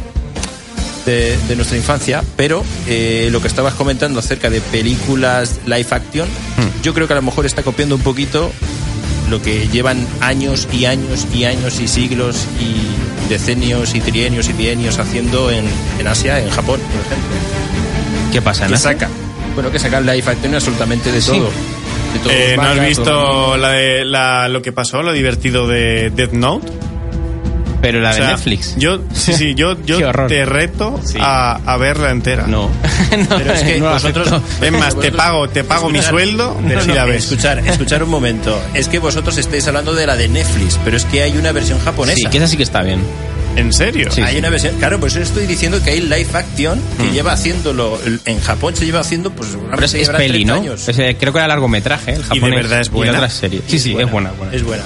Speaker 4: de, de nuestra infancia, pero eh, lo que estabas comentando acerca de películas live action, yo creo que a lo mejor está copiando un poquito lo que llevan años y años y años y siglos y decenios y trienios y bienios haciendo en, en Asia, en Japón, por ejemplo.
Speaker 3: ¿Qué pasa,
Speaker 4: Que
Speaker 3: Nacho?
Speaker 4: saca. Bueno, que saca live action absolutamente de todo. De todo
Speaker 2: Eh, ¿No has
Speaker 4: manga, todo.
Speaker 2: visto la de, la- lo que pasó, lo divertido de Death Note?
Speaker 3: Pero la
Speaker 2: O
Speaker 3: de
Speaker 2: sea,
Speaker 3: Netflix.
Speaker 2: Yo, sí, sí, yo, yo
Speaker 3: Qué horror.
Speaker 2: te reto
Speaker 3: Sí.
Speaker 2: a, a verla entera.
Speaker 3: No. No,
Speaker 4: Pero es que
Speaker 3: no lo
Speaker 4: vosotros-
Speaker 3: acepto.
Speaker 2: Es más, te
Speaker 4: Vosotros-
Speaker 2: pago, te pago mi
Speaker 4: Escuchar-
Speaker 2: sueldo
Speaker 4: No,
Speaker 2: de si
Speaker 4: no,
Speaker 2: la ves.
Speaker 4: Escuchar, escuchar un momento. Es que vosotros estáis hablando de la de Netflix, pero es que hay una versión japonesa.
Speaker 3: Sí, que esa sí que está bien.
Speaker 2: ¿En serio?
Speaker 3: Sí.
Speaker 4: Hay una versión, claro, pues yo estoy diciendo que hay live action que lleva haciéndolo en Japón se lleva haciendo pues
Speaker 3: Pero es,
Speaker 4: seguramente
Speaker 3: es
Speaker 4: llevará
Speaker 3: peli,
Speaker 4: 30
Speaker 3: ¿no?
Speaker 4: años.
Speaker 3: Es, eh, creo que era largometraje, el
Speaker 2: de
Speaker 3: japonés.
Speaker 2: verdad es buena?
Speaker 3: Y la otra serie. Sí, sí, es buena. buena.
Speaker 4: Es buena.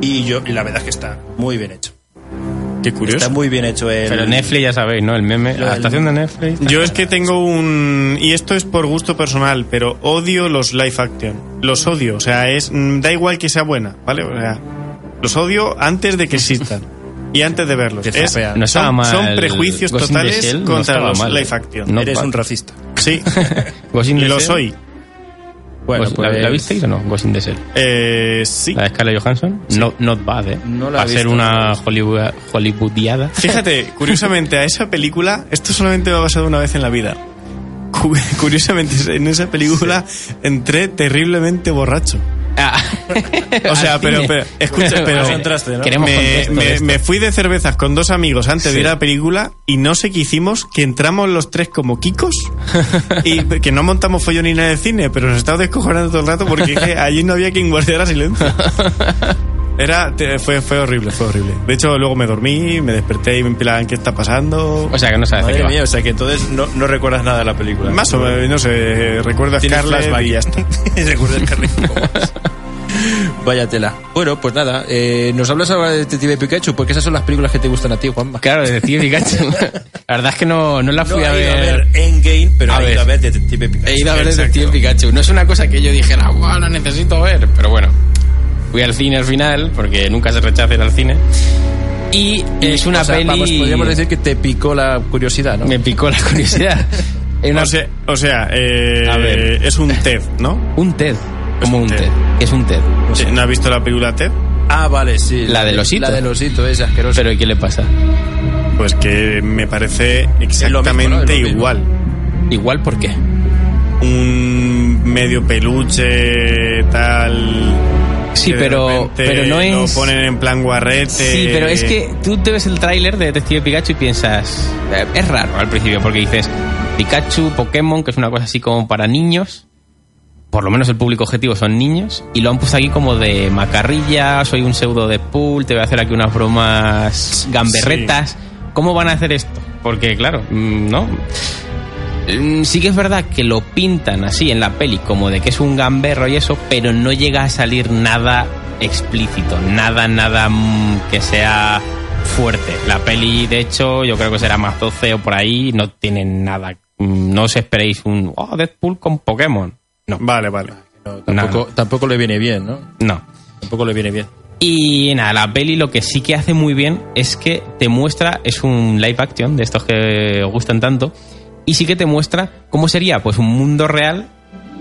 Speaker 4: Y yo y la verdad es que está muy bien hecho.
Speaker 2: Qué curioso.
Speaker 4: Está muy bien hecho el
Speaker 3: Pero Netflix, ya sabéis, ¿no? El meme. La adaptación de Netflix.
Speaker 2: Yo es que tengo un... Y esto es por gusto personal, pero odio los live action. Los odio, o sea, es mm, da igual que sea buena, ¿vale? O sea, los odio antes de que existan. Y antes de verlos.
Speaker 4: Te
Speaker 2: Es-
Speaker 4: zapea.
Speaker 3: No estaba
Speaker 2: son,
Speaker 3: mal.
Speaker 2: son prejuicios
Speaker 3: Ghost in the
Speaker 2: totales
Speaker 3: Shell no
Speaker 2: contra
Speaker 3: estaba
Speaker 2: los
Speaker 3: mal.
Speaker 2: live action.
Speaker 3: No,
Speaker 4: eres
Speaker 3: pa-
Speaker 4: un racista.
Speaker 2: Sí,
Speaker 3: Ghost in the
Speaker 2: lo
Speaker 3: Shell.
Speaker 2: soy.
Speaker 4: Bueno,
Speaker 3: Ghost-
Speaker 4: pues-
Speaker 3: ¿la, la visteis o no? Ghost in the Shell.
Speaker 2: Eh, sí.
Speaker 3: La de Scarlett Johansson. No, not bad, ¿eh?
Speaker 4: No la he
Speaker 3: Para ser
Speaker 4: visto.
Speaker 3: una Hollywood, hollywoodiada.
Speaker 2: Fíjate, curiosamente a esa película, esto solamente me ha pasado una vez en la vida. Cu- Curiosamente, en esa película entré terriblemente borracho.
Speaker 3: Ah.
Speaker 2: O sea,
Speaker 3: Al
Speaker 2: pero,
Speaker 3: cine.
Speaker 2: pero- escucha, pero
Speaker 3: Vale.
Speaker 4: contraste, ¿no?
Speaker 3: Queremos
Speaker 2: me,
Speaker 3: contexto
Speaker 2: me-
Speaker 3: de esto.
Speaker 2: me fui de cervezas con dos amigos antes de ir a la película y no sé qué hicimos, que entramos los tres como quicos y que no montamos follón ni nada de cine, pero nos estábamos descojonando todo el rato porque es que allí no había quien guardara silencio. Era, te- fue, fue horrible, fue horrible. De hecho, luego me dormí, me desperté y me empilaban qué está pasando.
Speaker 3: O sea, que no sabes de qué
Speaker 4: Madre
Speaker 3: va.
Speaker 4: mía, o sea que entonces no, no recuerdas nada de la película.
Speaker 2: Más o menos, no sé, recuerdo a
Speaker 4: Tienes
Speaker 2: Scarlett
Speaker 4: flashback.
Speaker 2: y ya está.
Speaker 4: Recuerda el carril. Vaya tela. Bueno, pues nada, eh, nos hablas ahora de Detective Pikachu, porque esas son las películas que te gustan a ti, Juanma.
Speaker 3: Claro, de Detective Pikachu. La verdad es que no, no la
Speaker 4: No
Speaker 3: fui a,
Speaker 4: he ido
Speaker 3: ver.
Speaker 4: Endgame, pero he
Speaker 3: A ver.
Speaker 4: ido a ver Detective Pikachu.
Speaker 3: He ido a ver
Speaker 2: Exacto.
Speaker 3: Detective Pikachu. No es una cosa que yo dijera, guau, la necesito ver. Pero bueno, fui al cine al final, porque nunca se rechaza ir al cine. Y eh, es una
Speaker 4: O sea,
Speaker 3: peli...
Speaker 4: vamos, podríamos decir que te picó la curiosidad, ¿no?
Speaker 3: Me picó la curiosidad. Es una-
Speaker 2: O sea, o sea, eh,
Speaker 3: A ver.
Speaker 2: es un TED, ¿no?
Speaker 3: Un TED. Como
Speaker 2: un
Speaker 3: un
Speaker 2: TED.
Speaker 3: TED. que Es un TED.
Speaker 2: Sí, ¿No has visto la película TED?
Speaker 4: Ah, vale, sí.
Speaker 3: La del osito.
Speaker 4: La del osito, es asquerosa.
Speaker 3: Pero ¿y qué le pasa?
Speaker 2: Pues que me parece
Speaker 4: lo mismo, ¿no? Es lo
Speaker 2: exactamente
Speaker 4: mismo.
Speaker 2: igual.
Speaker 3: Igual, ¿por qué?
Speaker 2: un medio peluche tal
Speaker 3: Sí,
Speaker 2: que de
Speaker 3: pero-
Speaker 2: repente
Speaker 3: pero no
Speaker 2: lo
Speaker 3: es-
Speaker 2: ponen en plan guarrete
Speaker 3: Sí, pero es que tú te ves el tráiler de Detective Pikachu y piensas... eh, Es raro al principio porque dices Pikachu, Pokémon, que es una cosa así como para niños. Por lo menos el público objetivo son niños. Y lo han puesto aquí como de macarrilla, soy un pseudo de pool, te voy a hacer aquí unas bromas gamberretas. ¿Cómo van a hacer esto? Porque claro, mm, no. Mm, Sí que es verdad que lo pintan así en la peli, como de que es un gamberro y eso, pero no llega a salir nada explícito, nada, nada mm, que sea fuerte. La peli, de hecho, yo creo que será más 12 o por ahí, no tiene nada. mm, No os esperéis un oh, Deadpool con Pokémon. No,
Speaker 2: vale vale
Speaker 4: No, tampoco, tampoco le viene bien, ¿no?
Speaker 3: no.
Speaker 4: Tampoco le viene bien.
Speaker 3: Y nada, la peli lo que sí que hace muy bien es que te muestra, es un live action de estos que os gustan tanto, y sí que te muestra cómo sería pues un mundo real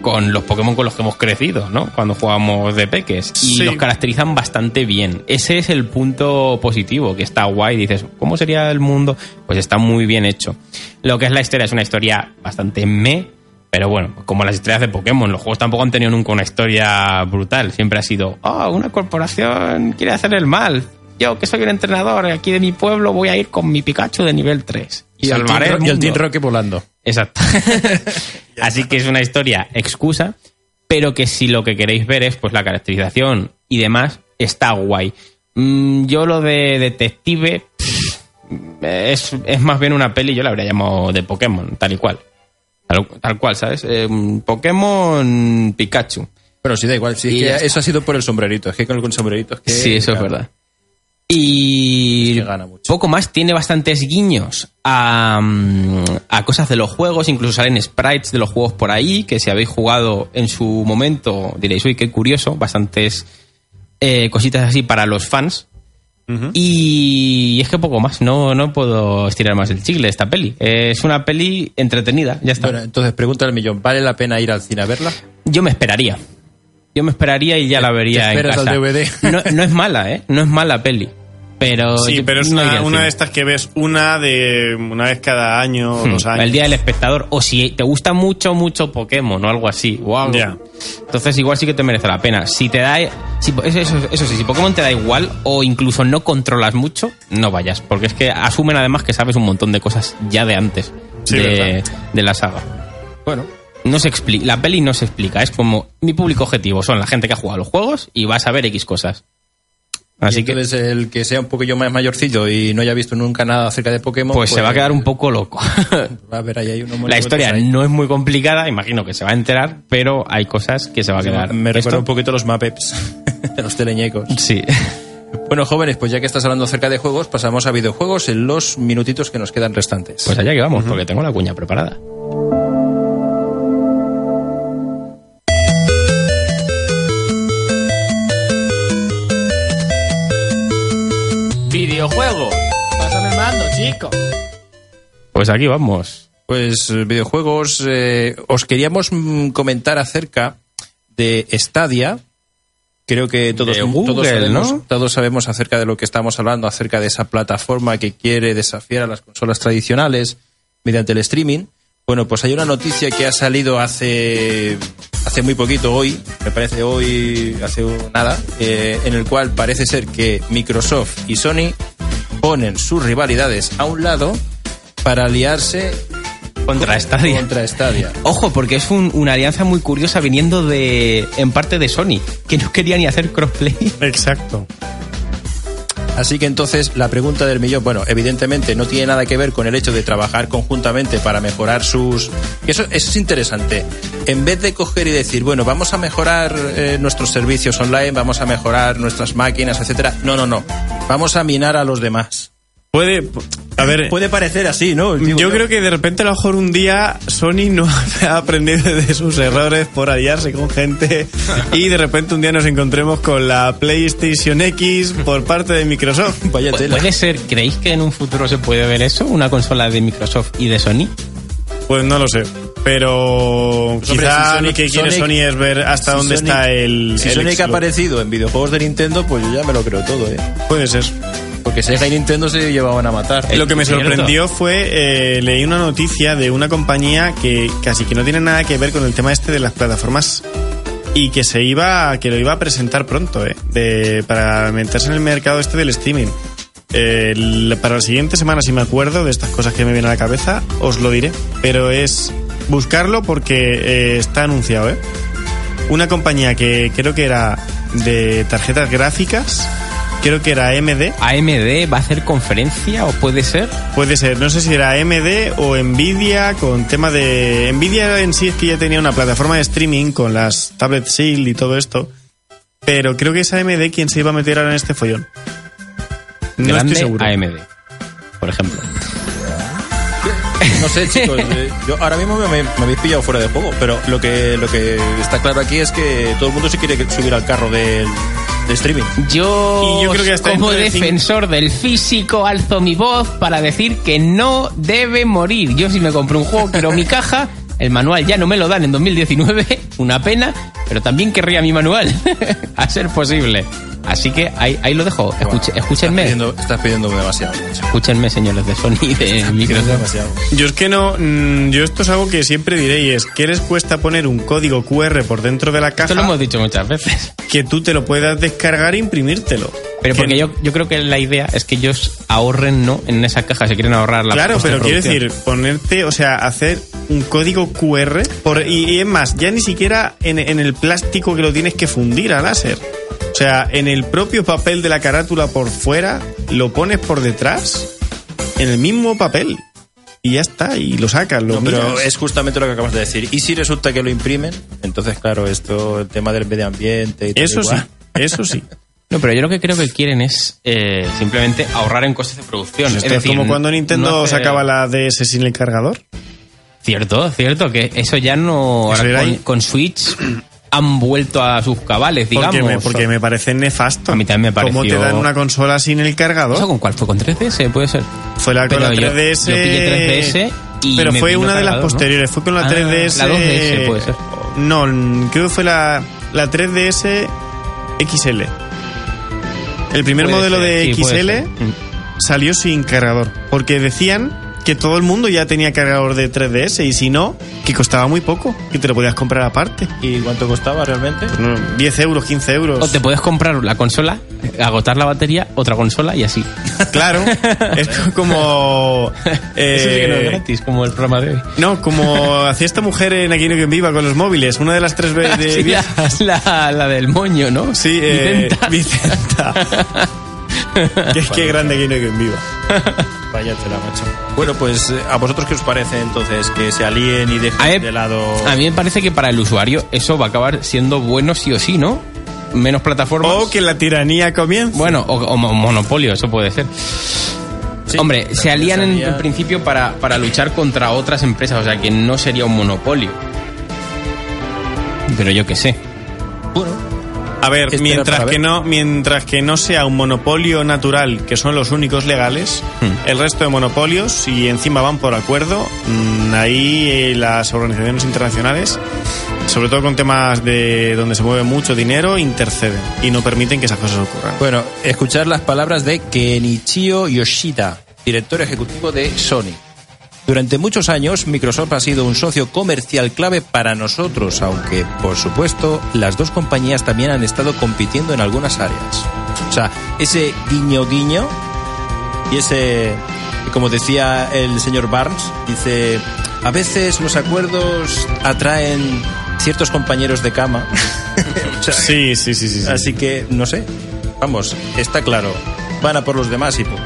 Speaker 3: con los Pokémon con los que hemos crecido, ¿no? Cuando jugábamos de peques. Y
Speaker 2: Sí.
Speaker 3: los caracterizan bastante bien. Ese es el punto positivo, que está guay. Dices, ¿cómo sería el mundo? Pues está muy bien hecho. Lo que es la historia es una historia bastante me, pero bueno, como las historias de Pokémon, los juegos tampoco han tenido nunca una historia brutal. Siempre ha sido, oh, una corporación quiere hacer el mal. Yo, que soy un entrenador aquí de mi pueblo, voy a ir con mi Pikachu de nivel 3. Y,
Speaker 4: el
Speaker 3: salvaré
Speaker 4: Team
Speaker 3: el
Speaker 4: Ro- y el
Speaker 3: mundo".
Speaker 4: Team Rocket volando.
Speaker 3: Exacto. Así que es una historia excusa, pero que si lo que queréis ver es pues la caracterización y demás, está guay. Mm, yo lo de detective pff, es, es más bien una peli, yo la habría llamado de Pokémon, tal y cual. Tal, tal cual, ¿sabes? Eh, un Pokémon Pikachu.
Speaker 4: Pero sí, da igual. Sí, es
Speaker 3: Y
Speaker 4: que
Speaker 3: ya
Speaker 4: eso ha sido por el sombrerito. Es que con el sombrerito. Es que,
Speaker 3: sí, eso es verdad. Y
Speaker 4: gana mucho.
Speaker 3: Poco más, tiene bastantes guiños a, mm, a cosas de los juegos, incluso salen sprites de los juegos por ahí, que si habéis jugado en su momento diréis, uy, qué curioso, bastantes eh, cositas así para los fans. Y es que poco más, no, no puedo estirar más el chicle esta peli. Es una peli entretenida, ya está.
Speaker 4: Bueno, entonces pregunta al millón, ¿vale la pena ir al cine a verla?
Speaker 3: Yo me esperaría. Yo me esperaría y ya la vería en
Speaker 4: esperas
Speaker 3: casa.
Speaker 4: al DVD.
Speaker 3: No, no es mala, ¿eh? No es mala peli. Pero
Speaker 2: Sí,
Speaker 3: yo
Speaker 2: pero es
Speaker 3: no iría
Speaker 2: una,
Speaker 3: al
Speaker 2: una
Speaker 3: cine.
Speaker 2: de estas que ves una de una vez cada año o dos años.
Speaker 3: Hmm, El día del espectador. O si te gusta mucho, mucho Pokémon o algo así. O algo.
Speaker 2: Ya.
Speaker 3: Entonces igual sí que te merece la pena. Si te da... si- eso, eso- eso sí, si Pokémon te da igual o incluso no controlas mucho, no vayas. Porque es que asumen además que sabes un montón de cosas ya de antes
Speaker 2: Sí,
Speaker 3: de,
Speaker 2: verdad.
Speaker 3: de la saga.
Speaker 4: Bueno,
Speaker 3: No se explica, la peli no se explica. Es como mi público objetivo son la gente que ha jugado los juegos y vas a ver X cosas. Así que
Speaker 4: entonces el que sea un poquillo más mayorcillo y no haya visto nunca nada acerca de Pokémon,
Speaker 3: pues se va a quedar un poco loco.
Speaker 4: va a ver, ahí hay unos
Speaker 3: La
Speaker 4: monumentos
Speaker 3: historia
Speaker 4: pues ahí.
Speaker 3: no es muy complicada, imagino que se va a enterar, pero hay cosas que se va a quedar.
Speaker 4: Me recuerda
Speaker 3: Esto-
Speaker 4: un poquito a los Mapeps, a los teleñecos.
Speaker 3: Sí.
Speaker 4: Bueno, jóvenes, pues ya que estás hablando acerca de juegos, pasamos a videojuegos en los minutitos que nos quedan restantes.
Speaker 3: Pues allá que vamos, porque tengo la cuña preparada. Videojuego.
Speaker 7: Pásame el mando, chico.
Speaker 3: Pues aquí vamos.
Speaker 4: Pues eh, videojuegos, eh, os queríamos mm, comentar acerca de Stadia. Creo que todos,
Speaker 3: De
Speaker 4: todos
Speaker 3: Google,
Speaker 4: sabemos,
Speaker 3: ¿no?
Speaker 4: todos sabemos acerca de lo que estamos hablando, acerca de esa plataforma que quiere desafiar a las consolas tradicionales mediante el streaming. Bueno, pues hay una noticia que ha salido hace, hace muy poquito, hoy, me parece hoy, hace nada, eh, en el cual parece ser que Microsoft y Sony ponen sus rivalidades a un lado para aliarse
Speaker 3: Contra Stadia.
Speaker 4: contra Stadia.
Speaker 3: Ojo, porque es un- una alianza muy curiosa viniendo de, en parte de Sony, que no quería ni hacer crossplay.
Speaker 2: Exacto.
Speaker 4: Así que entonces la pregunta del millón, bueno, evidentemente no tiene nada que ver con el hecho de trabajar conjuntamente para mejorar sus... que Eso, eso es interesante. En vez de coger y decir, bueno, vamos a mejorar eh, nuestros servicios online, vamos a mejorar nuestras máquinas, etcétera. No, no, no. Vamos a minar a los demás.
Speaker 2: Puede. A ver.
Speaker 4: Puede parecer así, ¿no?
Speaker 2: yo, creo que de repente a lo mejor un día Sony no ha aprendido de sus errores por aliarse con gente y de repente un día nos encontremos con la PlayStation X por parte de Microsoft.
Speaker 4: Vaya tela.
Speaker 3: Puede ser, ¿creéis que en un futuro se puede ver eso? ¿Una consola de Microsoft y de Sony?
Speaker 2: Pues no lo sé. Pero
Speaker 4: Pues hombre,
Speaker 2: quizá
Speaker 4: si Sony-
Speaker 2: lo que quiere
Speaker 4: Sonic-
Speaker 2: Sony es ver hasta
Speaker 4: Si
Speaker 2: dónde
Speaker 4: Sonic-
Speaker 2: está el.
Speaker 4: Si
Speaker 2: el
Speaker 4: Sonic ha
Speaker 2: explo-
Speaker 4: aparecido en videojuegos de Nintendo, pues yo ya me lo creo todo, ¿eh?
Speaker 2: Puede ser.
Speaker 4: Porque Sega y Nintendo se llevaban a matar.
Speaker 2: Lo que me
Speaker 3: cierto.
Speaker 2: sorprendió fue, eh, leí una noticia de una compañía que casi que no tiene nada que ver con el tema este de las plataformas y que se iba, que lo iba a presentar pronto, eh, de- para meterse en el mercado este del streaming. Eh, el- para la siguiente semana, si me acuerdo de estas cosas que me vienen a la cabeza, os lo diré. Pero es buscarlo porque eh, está anunciado, ¿eh? Una compañía que creo que era de tarjetas gráficas, creo que era AMD,
Speaker 3: ¿AMD va a hacer conferencia o puede ser?
Speaker 2: Puede ser, no sé si era AMD o Nvidia con tema de... Nvidia en sí es que ya tenía una plataforma de streaming con las tablet Shield y todo esto, pero creo que es AMD quien se iba a meter ahora en este follón. No
Speaker 3: Grande
Speaker 2: estoy seguro.
Speaker 3: AMD, por ejemplo.
Speaker 4: No sé, chicos, eh, yo ahora mismo me, me- me habéis pillado fuera de juego, pero lo que, lo que está claro aquí es que todo el mundo se quiere que- subir al carro del, del streaming.
Speaker 3: Yo,
Speaker 2: Y yo creo que hasta
Speaker 3: como
Speaker 2: dentro de cinco-
Speaker 3: defensor del físico alzo mi voz para decir que no debe morir. Yo si me compro un juego quiero mi caja, el manual ya no me lo dan en 2019, una pena, pero también querría mi manual, a ser posible. Así que ahí, ahí lo dejo. Escuche-
Speaker 4: Estás
Speaker 3: escúchenme,
Speaker 4: pidiendo, estás pidiendo demasiado. macho.
Speaker 3: escúchenme señores de Sony y de
Speaker 4: Pidiendo
Speaker 3: Microsoft.
Speaker 4: demasiado.
Speaker 2: Yo es que no... mm, Yo esto es algo que siempre diré y es que les cuesta poner un código QR por dentro de la
Speaker 3: Esto lo
Speaker 2: caja
Speaker 3: hemos dicho muchas veces.
Speaker 2: que tú te lo puedas descargar e imprimírtelo.
Speaker 3: Pero
Speaker 2: Que-
Speaker 3: porque yo, yo creo que la idea es que ellos ahorren, ¿no? En esa caja, se quieren ahorrar la
Speaker 2: Claro,
Speaker 3: coste de
Speaker 2: pero quiero
Speaker 3: producción.
Speaker 2: decir, ponerte, o sea, hacer un código QR por, y, y es más, ya ni siquiera en, en el plástico que lo tienes que fundir a láser. O sea, en el propio papel de la carátula por fuera, lo pones por detrás, en el mismo papel. Y ya está, y lo sacas, lo
Speaker 4: No, pero
Speaker 2: miras.
Speaker 4: es justamente lo que acabas de decir. Y si resulta que lo imprimen, entonces, claro, esto, el tema del medio ambiente y tal,
Speaker 2: Eso sí,
Speaker 4: igual.
Speaker 2: eso sí.
Speaker 3: No, pero yo lo que creo que quieren es eh, simplemente ahorrar en costes de producción.
Speaker 2: Esto
Speaker 3: es
Speaker 2: es
Speaker 3: decir,
Speaker 2: como cuando Nintendo
Speaker 3: no hace-
Speaker 2: sacaba la DS sin el cargador.
Speaker 3: Cierto, cierto, que eso ya no...
Speaker 2: Eso era
Speaker 3: ahora con,
Speaker 2: ahí.
Speaker 3: con Switch han vuelto a sus cabales, digamos.
Speaker 2: Porque me, porque me parece nefasto.
Speaker 3: A mí también me
Speaker 2: Como te
Speaker 3: pareció-
Speaker 2: dan una consola sin el
Speaker 3: ¿Eso
Speaker 2: cargador.
Speaker 3: con cuál fue? ¿Con 3DS? Puede ser.
Speaker 2: Fue la con
Speaker 3: Pero
Speaker 2: la
Speaker 3: yo-
Speaker 2: 3DS.
Speaker 3: yo pillé 3DS y
Speaker 2: pero
Speaker 3: me
Speaker 2: fue
Speaker 3: vino
Speaker 2: una de las
Speaker 3: cargador, ¿no?
Speaker 2: posteriores. Fue con la
Speaker 3: Ah,
Speaker 2: 3DS.
Speaker 3: la 2DS puede ser.
Speaker 2: No, mm, creo que fue la, la 3DS XL. El primer
Speaker 3: Puede
Speaker 2: modelo
Speaker 3: ser,
Speaker 2: de
Speaker 3: sí, puede ser.
Speaker 2: XL
Speaker 3: Mm.
Speaker 2: salió sin cargador. Porque decían que todo el mundo ya tenía cargador de 3DS y si no, que costaba muy poco, que te lo podías comprar aparte.
Speaker 4: ¿Y cuánto costaba realmente?
Speaker 2: No, 10 euros, 15 euros.
Speaker 3: O te puedes comprar la consola, agotar la batería, otra consola y así.
Speaker 2: Claro, es como. eh,
Speaker 3: Eso sí que no es gratis, como el programa de hoy.
Speaker 2: no, como hacía esta mujer en Aquí no hay quien viva con los móviles, una de las tres veces de.
Speaker 3: Sí, la, la- la del moño, ¿no?
Speaker 2: Sí, eh,
Speaker 3: Vicenta.
Speaker 2: Vicenta. Qué, qué grande Aquí no hay quien viva.
Speaker 4: Vaya tela, macho. Bueno, pues eh, ¿a vosotros qué os parece entonces que se alíen y
Speaker 3: A
Speaker 4: dejen
Speaker 3: ver,
Speaker 4: de lado...
Speaker 3: A mí me parece que para el usuario eso va a acabar siendo bueno sí o sí, ¿no? Menos plataformas.
Speaker 2: O que la tiranía comienza.
Speaker 3: Bueno, o, o mo- monopolio, eso puede ser.
Speaker 4: Sí,
Speaker 3: Hombre, se
Speaker 4: también
Speaker 3: alían en,
Speaker 4: sería-
Speaker 3: en principio para, para luchar contra otras empresas, o sea que no sería un monopolio. Pero yo qué sé.
Speaker 2: A ver,
Speaker 4: Espera
Speaker 2: mientras
Speaker 4: para
Speaker 2: que,
Speaker 4: ver.
Speaker 2: no, mientras que no sea un monopolio natural, que son los únicos legales, el resto de monopolios, si encima van por acuerdo, mm, ahí eh, las organizaciones internacionales, sobre todo con temas de donde se mueve mucho dinero, interceden y no permiten que esas cosas ocurran.
Speaker 4: Bueno, escuchar las palabras de Kenichio Yoshida, director ejecutivo de Sony. Durante muchos años, Microsoft ha sido un socio comercial clave para nosotros, aunque, por supuesto, las dos compañías también han estado compitiendo en algunas áreas. O sea, ese guiño guiño y ese, como decía el señor Barnes, dice, a veces los acuerdos atraen ciertos compañeros de cama. O sea,
Speaker 2: sí, sí, sí, sí. sí.
Speaker 4: Así que, no sé. Vamos, está claro. Van a por los demás y punto.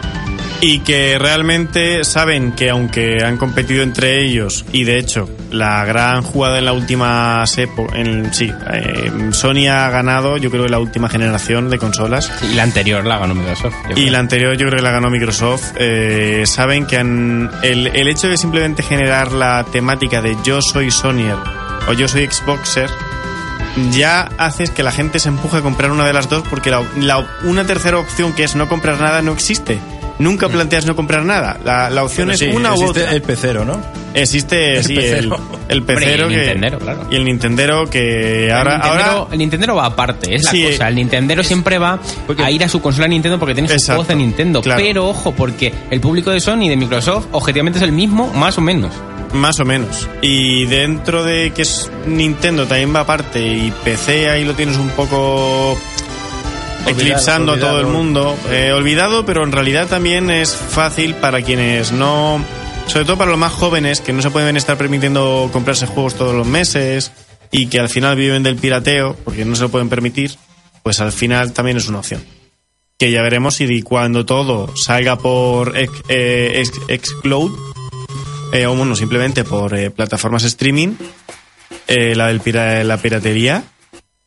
Speaker 2: Y que realmente saben que aunque han competido entre ellos, y de hecho, la gran jugada en la última sepo, en, sí, eh, Sony ha ganado, yo creo, la última generación de consolas.
Speaker 3: Y la anterior la ganó Microsoft. yo
Speaker 2: Y
Speaker 3: creo.
Speaker 2: la anterior yo creo que la ganó Microsoft. eh, saben que han, el, el hecho de simplemente generar la temática de yo soy Sonyer o yo soy Xboxer ya haces que la gente se empuje a comprar una de las dos porque la- la- una tercera opción que es no comprar nada no existe. Nunca planteas no comprar nada. La, la opción
Speaker 4: Bueno,
Speaker 2: es
Speaker 4: sí,
Speaker 2: una u
Speaker 4: existe
Speaker 2: otra.
Speaker 4: El pecero, ¿no?
Speaker 2: existe
Speaker 4: el
Speaker 2: sí, el,
Speaker 4: pecero.
Speaker 2: el
Speaker 3: Hombre, y
Speaker 2: pecero
Speaker 3: el
Speaker 2: que-
Speaker 3: Nintendero, claro.
Speaker 2: y el Nintendero que
Speaker 3: El
Speaker 2: ahora,
Speaker 3: Nintendero-
Speaker 2: ahora
Speaker 3: el Nintendero va aparte, ¿eh? es la
Speaker 2: Sí,
Speaker 3: cosa. El Nintendero siempre va a ir a su consola Nintendo porque tiene sus
Speaker 2: Exacto,
Speaker 3: juegos de Nintendo.
Speaker 2: claro.
Speaker 3: Pero ojo, porque el público de Sony y de Microsoft objetivamente es el mismo, más o menos.
Speaker 2: Más o menos. Y dentro de que es Nintendo también va aparte y PC ahí lo tienes un poco eclipsando a todo el
Speaker 4: olvidado.
Speaker 2: mundo. Eh, olvidado, pero en realidad también es fácil para quienes no... Sobre todo para los más jóvenes que no se pueden estar permitiendo comprarse juegos todos los meses y que al final viven del pirateo porque no se lo pueden permitir, pues al final también es una opción. Que ya veremos si cuando todo salga por ex- eh, ex- Xcloud, eh, o bueno, simplemente por eh, plataformas streaming, eh, la, del pira- la piratería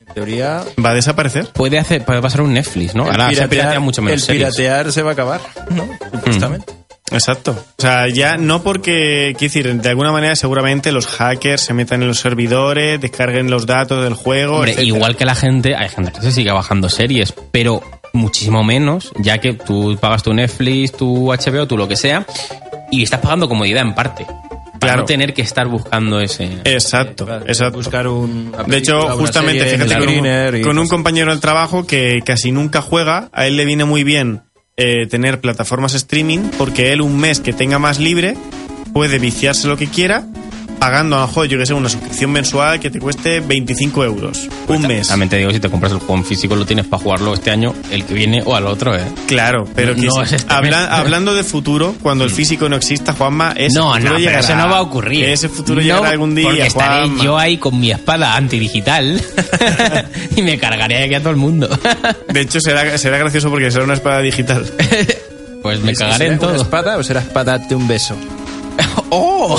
Speaker 4: En teoría.
Speaker 2: va a desaparecer.
Speaker 3: Puede, hacer, puede pasar un Netflix, ¿no?
Speaker 4: el
Speaker 3: Ahora se
Speaker 4: piratear-
Speaker 3: piratea mucho menos.
Speaker 4: El
Speaker 3: series.
Speaker 4: piratear se va a acabar, ¿no? Justamente.
Speaker 2: Exacto. O sea, ya no porque, quiero decir, de alguna manera seguramente los hackers se metan en los servidores, descarguen los datos del juego.
Speaker 3: Hombre,
Speaker 2: etcétera.
Speaker 3: igual que la gente, hay gente que se sigue bajando series, pero muchísimo menos, ya que tú pagas tu Netflix, tu HBO, tu lo que sea, y estás pagando comodidad en parte. Para
Speaker 2: Claro.
Speaker 3: no tener que estar buscando ese.
Speaker 2: Exacto,
Speaker 4: Vale,
Speaker 2: exacto.
Speaker 4: Buscar un.
Speaker 3: Ah,
Speaker 4: una
Speaker 2: De hecho,
Speaker 4: película, una
Speaker 2: justamente,
Speaker 4: serie,
Speaker 2: fíjate,
Speaker 4: el
Speaker 2: con
Speaker 4: screener
Speaker 2: un,
Speaker 4: y
Speaker 2: con un
Speaker 4: cosas.
Speaker 2: compañero del trabajo que casi nunca juega, a él le viene muy bien eh, tener plataformas streaming porque él un mes que tenga más libre puede viciarse lo que quiera pagando a lo mejor, yo que sé, una suscripción mensual que te cueste 25 euros. Un mes.
Speaker 3: También te digo, si te compras el juego en físico, lo tienes para jugarlo este año, el que viene o al otro, ¿eh?
Speaker 2: Claro, pero
Speaker 3: No,
Speaker 2: que
Speaker 3: no
Speaker 2: si-
Speaker 3: es este
Speaker 2: habla-
Speaker 3: mes.
Speaker 2: hablando de futuro, cuando el físico no exista, Juanma, ese
Speaker 3: no,
Speaker 2: futuro
Speaker 3: no, pero
Speaker 2: llegará.
Speaker 3: eso no va a ocurrir.
Speaker 2: Ese futuro
Speaker 3: No,
Speaker 2: llegará algún día,
Speaker 3: Porque estaré
Speaker 2: Juanma.
Speaker 3: yo ahí con mi espada antidigital y me cargaré aquí a todo el mundo.
Speaker 2: De hecho, será, será gracioso porque será una espada digital.
Speaker 3: pues me
Speaker 4: ¿Es-
Speaker 3: cagaré
Speaker 4: será
Speaker 3: en
Speaker 4: una
Speaker 3: todo.
Speaker 4: espada o será espada darte un beso?
Speaker 3: ¡Oh!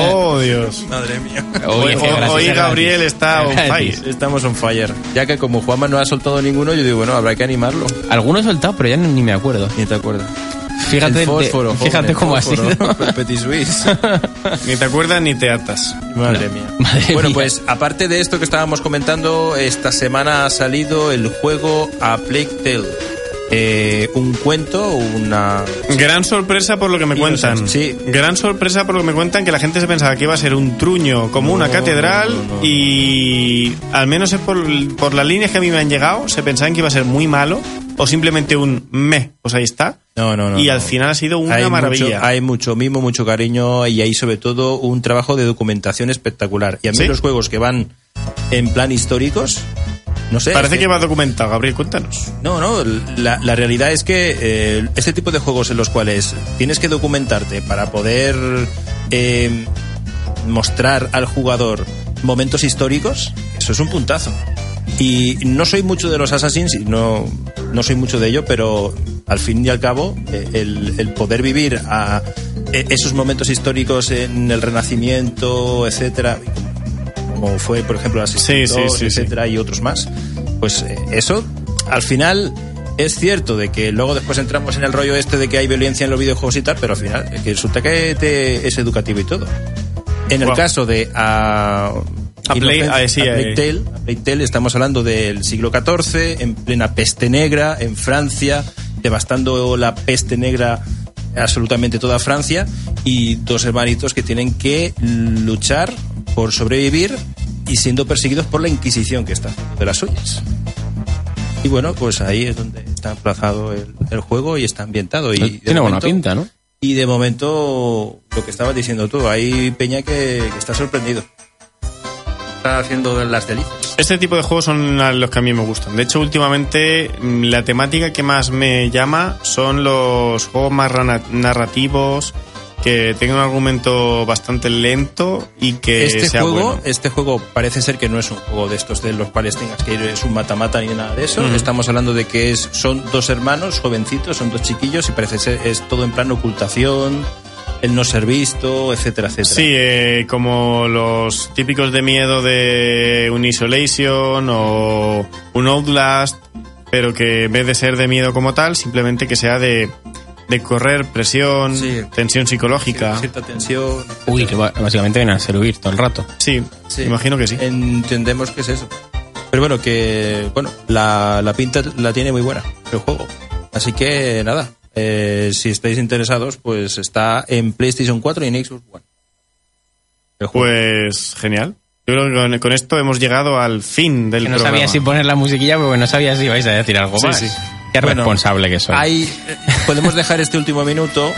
Speaker 2: Oh, Dios.
Speaker 4: Madre mía.
Speaker 3: Oye,
Speaker 2: Hoy-
Speaker 3: qué graciosa,
Speaker 2: hoy Gabriel está on
Speaker 3: Gratis.
Speaker 2: fire.
Speaker 4: Estamos on fire. Ya que como Juanma no ha soltado ninguno, yo digo, bueno, habrá que animarlo.
Speaker 3: Alguno he soltado, pero ya ni, ni me acuerdo.
Speaker 4: Ni te acuerdas.
Speaker 3: Fíjate, de-
Speaker 4: el fósforo.
Speaker 3: fíjate cómo ha sido.
Speaker 4: Petit Suisse.
Speaker 2: Ni te acuerdas ni te atas.
Speaker 4: Madre mía.
Speaker 3: Madre
Speaker 4: bueno,
Speaker 3: mía.
Speaker 4: pues aparte de esto que estábamos comentando, esta semana ha salido el juego A Plague Tale. Eh, un cuento, una...
Speaker 2: Gran sorpresa por lo que me
Speaker 4: Y
Speaker 2: cuentan.
Speaker 4: los- sí.
Speaker 2: Gran sorpresa por lo que me cuentan que la gente se pensaba que iba a ser un truño como una catedral
Speaker 4: no, no, no.
Speaker 2: y al menos es por, por las líneas que a mí me han llegado se pensaban que iba a ser muy malo o simplemente un meh, pues ahí está.
Speaker 4: No, no, no,
Speaker 2: Y
Speaker 4: no.
Speaker 2: al final ha sido una
Speaker 4: mucho-
Speaker 2: maravilla.
Speaker 4: hay mucho mimo, mucho cariño y hay sobre todo un trabajo de documentación espectacular. Y a mí
Speaker 2: ¿Sí?
Speaker 4: los juegos que van en plan históricos, no sé...
Speaker 2: Parece
Speaker 4: es
Speaker 2: que va documentado, Gabriel, cuéntanos.
Speaker 4: No, no, la, la realidad es que eh, este tipo de juegos en los cuales tienes que documentarte para poder eh, mostrar al jugador momentos históricos, eso es un puntazo. Y no soy mucho de los Assassins, y no, no soy mucho de ello, pero al fin y al cabo, eh, el, el poder vivir a eh, esos momentos históricos en el Renacimiento, etcétera, como fue, por ejemplo, las
Speaker 2: Sí, sí, sí, sí.
Speaker 4: etcétera, y otros más. Pues eh, eso, al final, es cierto de que luego después entramos en el rollo este de que hay violencia en los videojuegos y tal, pero al final, eh, que resulta que te- es educativo y todo. En el
Speaker 2: Guau.
Speaker 4: caso de a,
Speaker 2: A Plague-
Speaker 4: Inofen-
Speaker 2: a- sí,
Speaker 4: a
Speaker 2: a-
Speaker 4: Plague Tale, a Plague Tale, estamos hablando del siglo XIV, en plena peste negra, en Francia, devastando la peste negra absolutamente toda Francia, y dos hermanitos que tienen que luchar por sobrevivir y siendo perseguidos por la Inquisición que está de las suyas. Y bueno, pues ahí es donde está emplazado el, el juego y está ambientado. Y de
Speaker 3: Tiene buena
Speaker 4: momento-
Speaker 3: pinta, ¿no?
Speaker 4: y de momento, lo que estabas diciendo tú, hay Peña que, que está sorprendido. Está haciendo las delicias.
Speaker 2: Este tipo de juegos son la- los que a mí me gustan. De hecho, últimamente mm, la temática que más me llama son los juegos más rana- narrativos, que tengan un argumento bastante lento y que
Speaker 4: Este
Speaker 2: sea
Speaker 4: juego,
Speaker 2: bueno.
Speaker 4: este juego parece ser que no es un juego de estos de los cuales tengas que ir, es un mata-mata ni nada de eso. Estamos hablando de que es, son dos hermanos jovencitos, son dos chiquillos y parece ser es todo en plan ocultación, el no ser visto, etcétera, etcétera.
Speaker 2: Sí, eh, como los típicos de miedo de un Isolation o un Outlast, pero que en vez de ser de miedo como tal, simplemente que sea de, de correr, presión,
Speaker 4: Sí.
Speaker 2: tensión psicológica.
Speaker 4: Cierta tensión.
Speaker 3: Uy, que va- básicamente vienen a ser huir todo el rato.
Speaker 2: Sí, imagino que sí.
Speaker 4: Entendemos que es eso. Pero bueno, que bueno, la, la pinta la tiene muy buena el juego. Así que nada, eh, si estáis interesados, pues está en PlayStation 4 y en Xbox One. El juego.
Speaker 2: Pues genial. Yo creo que con, con esto hemos llegado al fin del
Speaker 3: Que no
Speaker 2: programa.
Speaker 3: sabía si poner la musiquilla porque no sabía si ibais a decir algo
Speaker 2: Sí,
Speaker 3: más.
Speaker 2: sí.
Speaker 3: Qué
Speaker 4: Bueno,
Speaker 3: responsable que soy.
Speaker 4: Hay- eh, podemos dejar este último minuto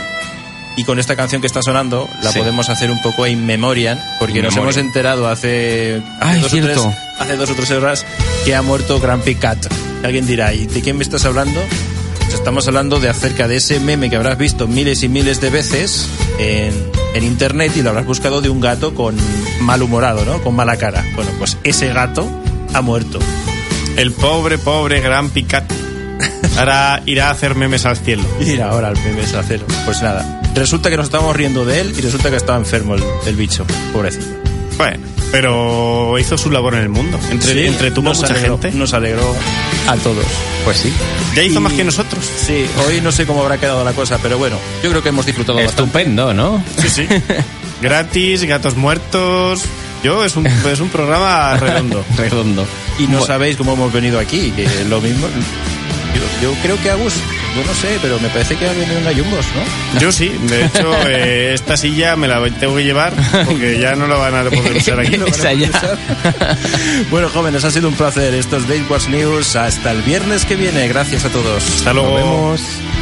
Speaker 4: y con esta canción que está sonando la
Speaker 3: Sí.
Speaker 4: podemos hacer un poco in memoriam porque
Speaker 3: In
Speaker 4: nos hemos
Speaker 3: memoriam.
Speaker 4: enterado hace, hace
Speaker 3: Ay,
Speaker 4: dos o tres-
Speaker 3: cierto.
Speaker 4: hace dos o tres horas que ha muerto Grumpy Cat. Alguien dirá, ¿y de quién me estás hablando? Pues Estamos hablando de acerca de ese meme que habrás visto miles y miles de veces en, en internet y lo habrás buscado de un gato con malhumorado, ¿no? Con mala cara. Bueno, pues ese gato ha muerto.
Speaker 2: El pobre, pobre gran Picat ahora irá a hacer memes al cielo.
Speaker 4: Y ahora al PBS a cero. Pues nada. Resulta que nos estábamos riendo de él y resulta que estaba enfermo el, el bicho. Pobrecito.
Speaker 2: Bueno, pero hizo su labor en el mundo. Entre,
Speaker 4: Sí,
Speaker 2: entre tuvo
Speaker 4: nos
Speaker 2: mucha
Speaker 4: alegró-
Speaker 2: gente.
Speaker 4: Nos alegró a todos.
Speaker 3: Pues sí.
Speaker 2: Ya hizo
Speaker 4: Y-
Speaker 2: más que nosotros.
Speaker 4: Sí, hoy no sé cómo habrá quedado la cosa, pero bueno, yo creo que hemos disfrutado bastante.
Speaker 3: Estupendo, ¿no?
Speaker 2: Sí, sí. Gratis, gatos muertos. Yo, es un, es un programa redondo.
Speaker 3: Redondo.
Speaker 4: Y no sabéis cómo hemos venido aquí, que lo mismo. Yo, yo creo que Agus, yo no sé, pero me parece que ha venido en gallumbos, ¿no?
Speaker 2: Yo sí, de hecho, eh, esta silla me la tengo que llevar porque ya no la van a poder usar aquí.
Speaker 3: Esa ya.
Speaker 4: bueno, jóvenes, ha sido un placer estos Date Watch News. Hasta el viernes que viene. Gracias a todos.
Speaker 2: Hasta luego.
Speaker 4: Nos vemos.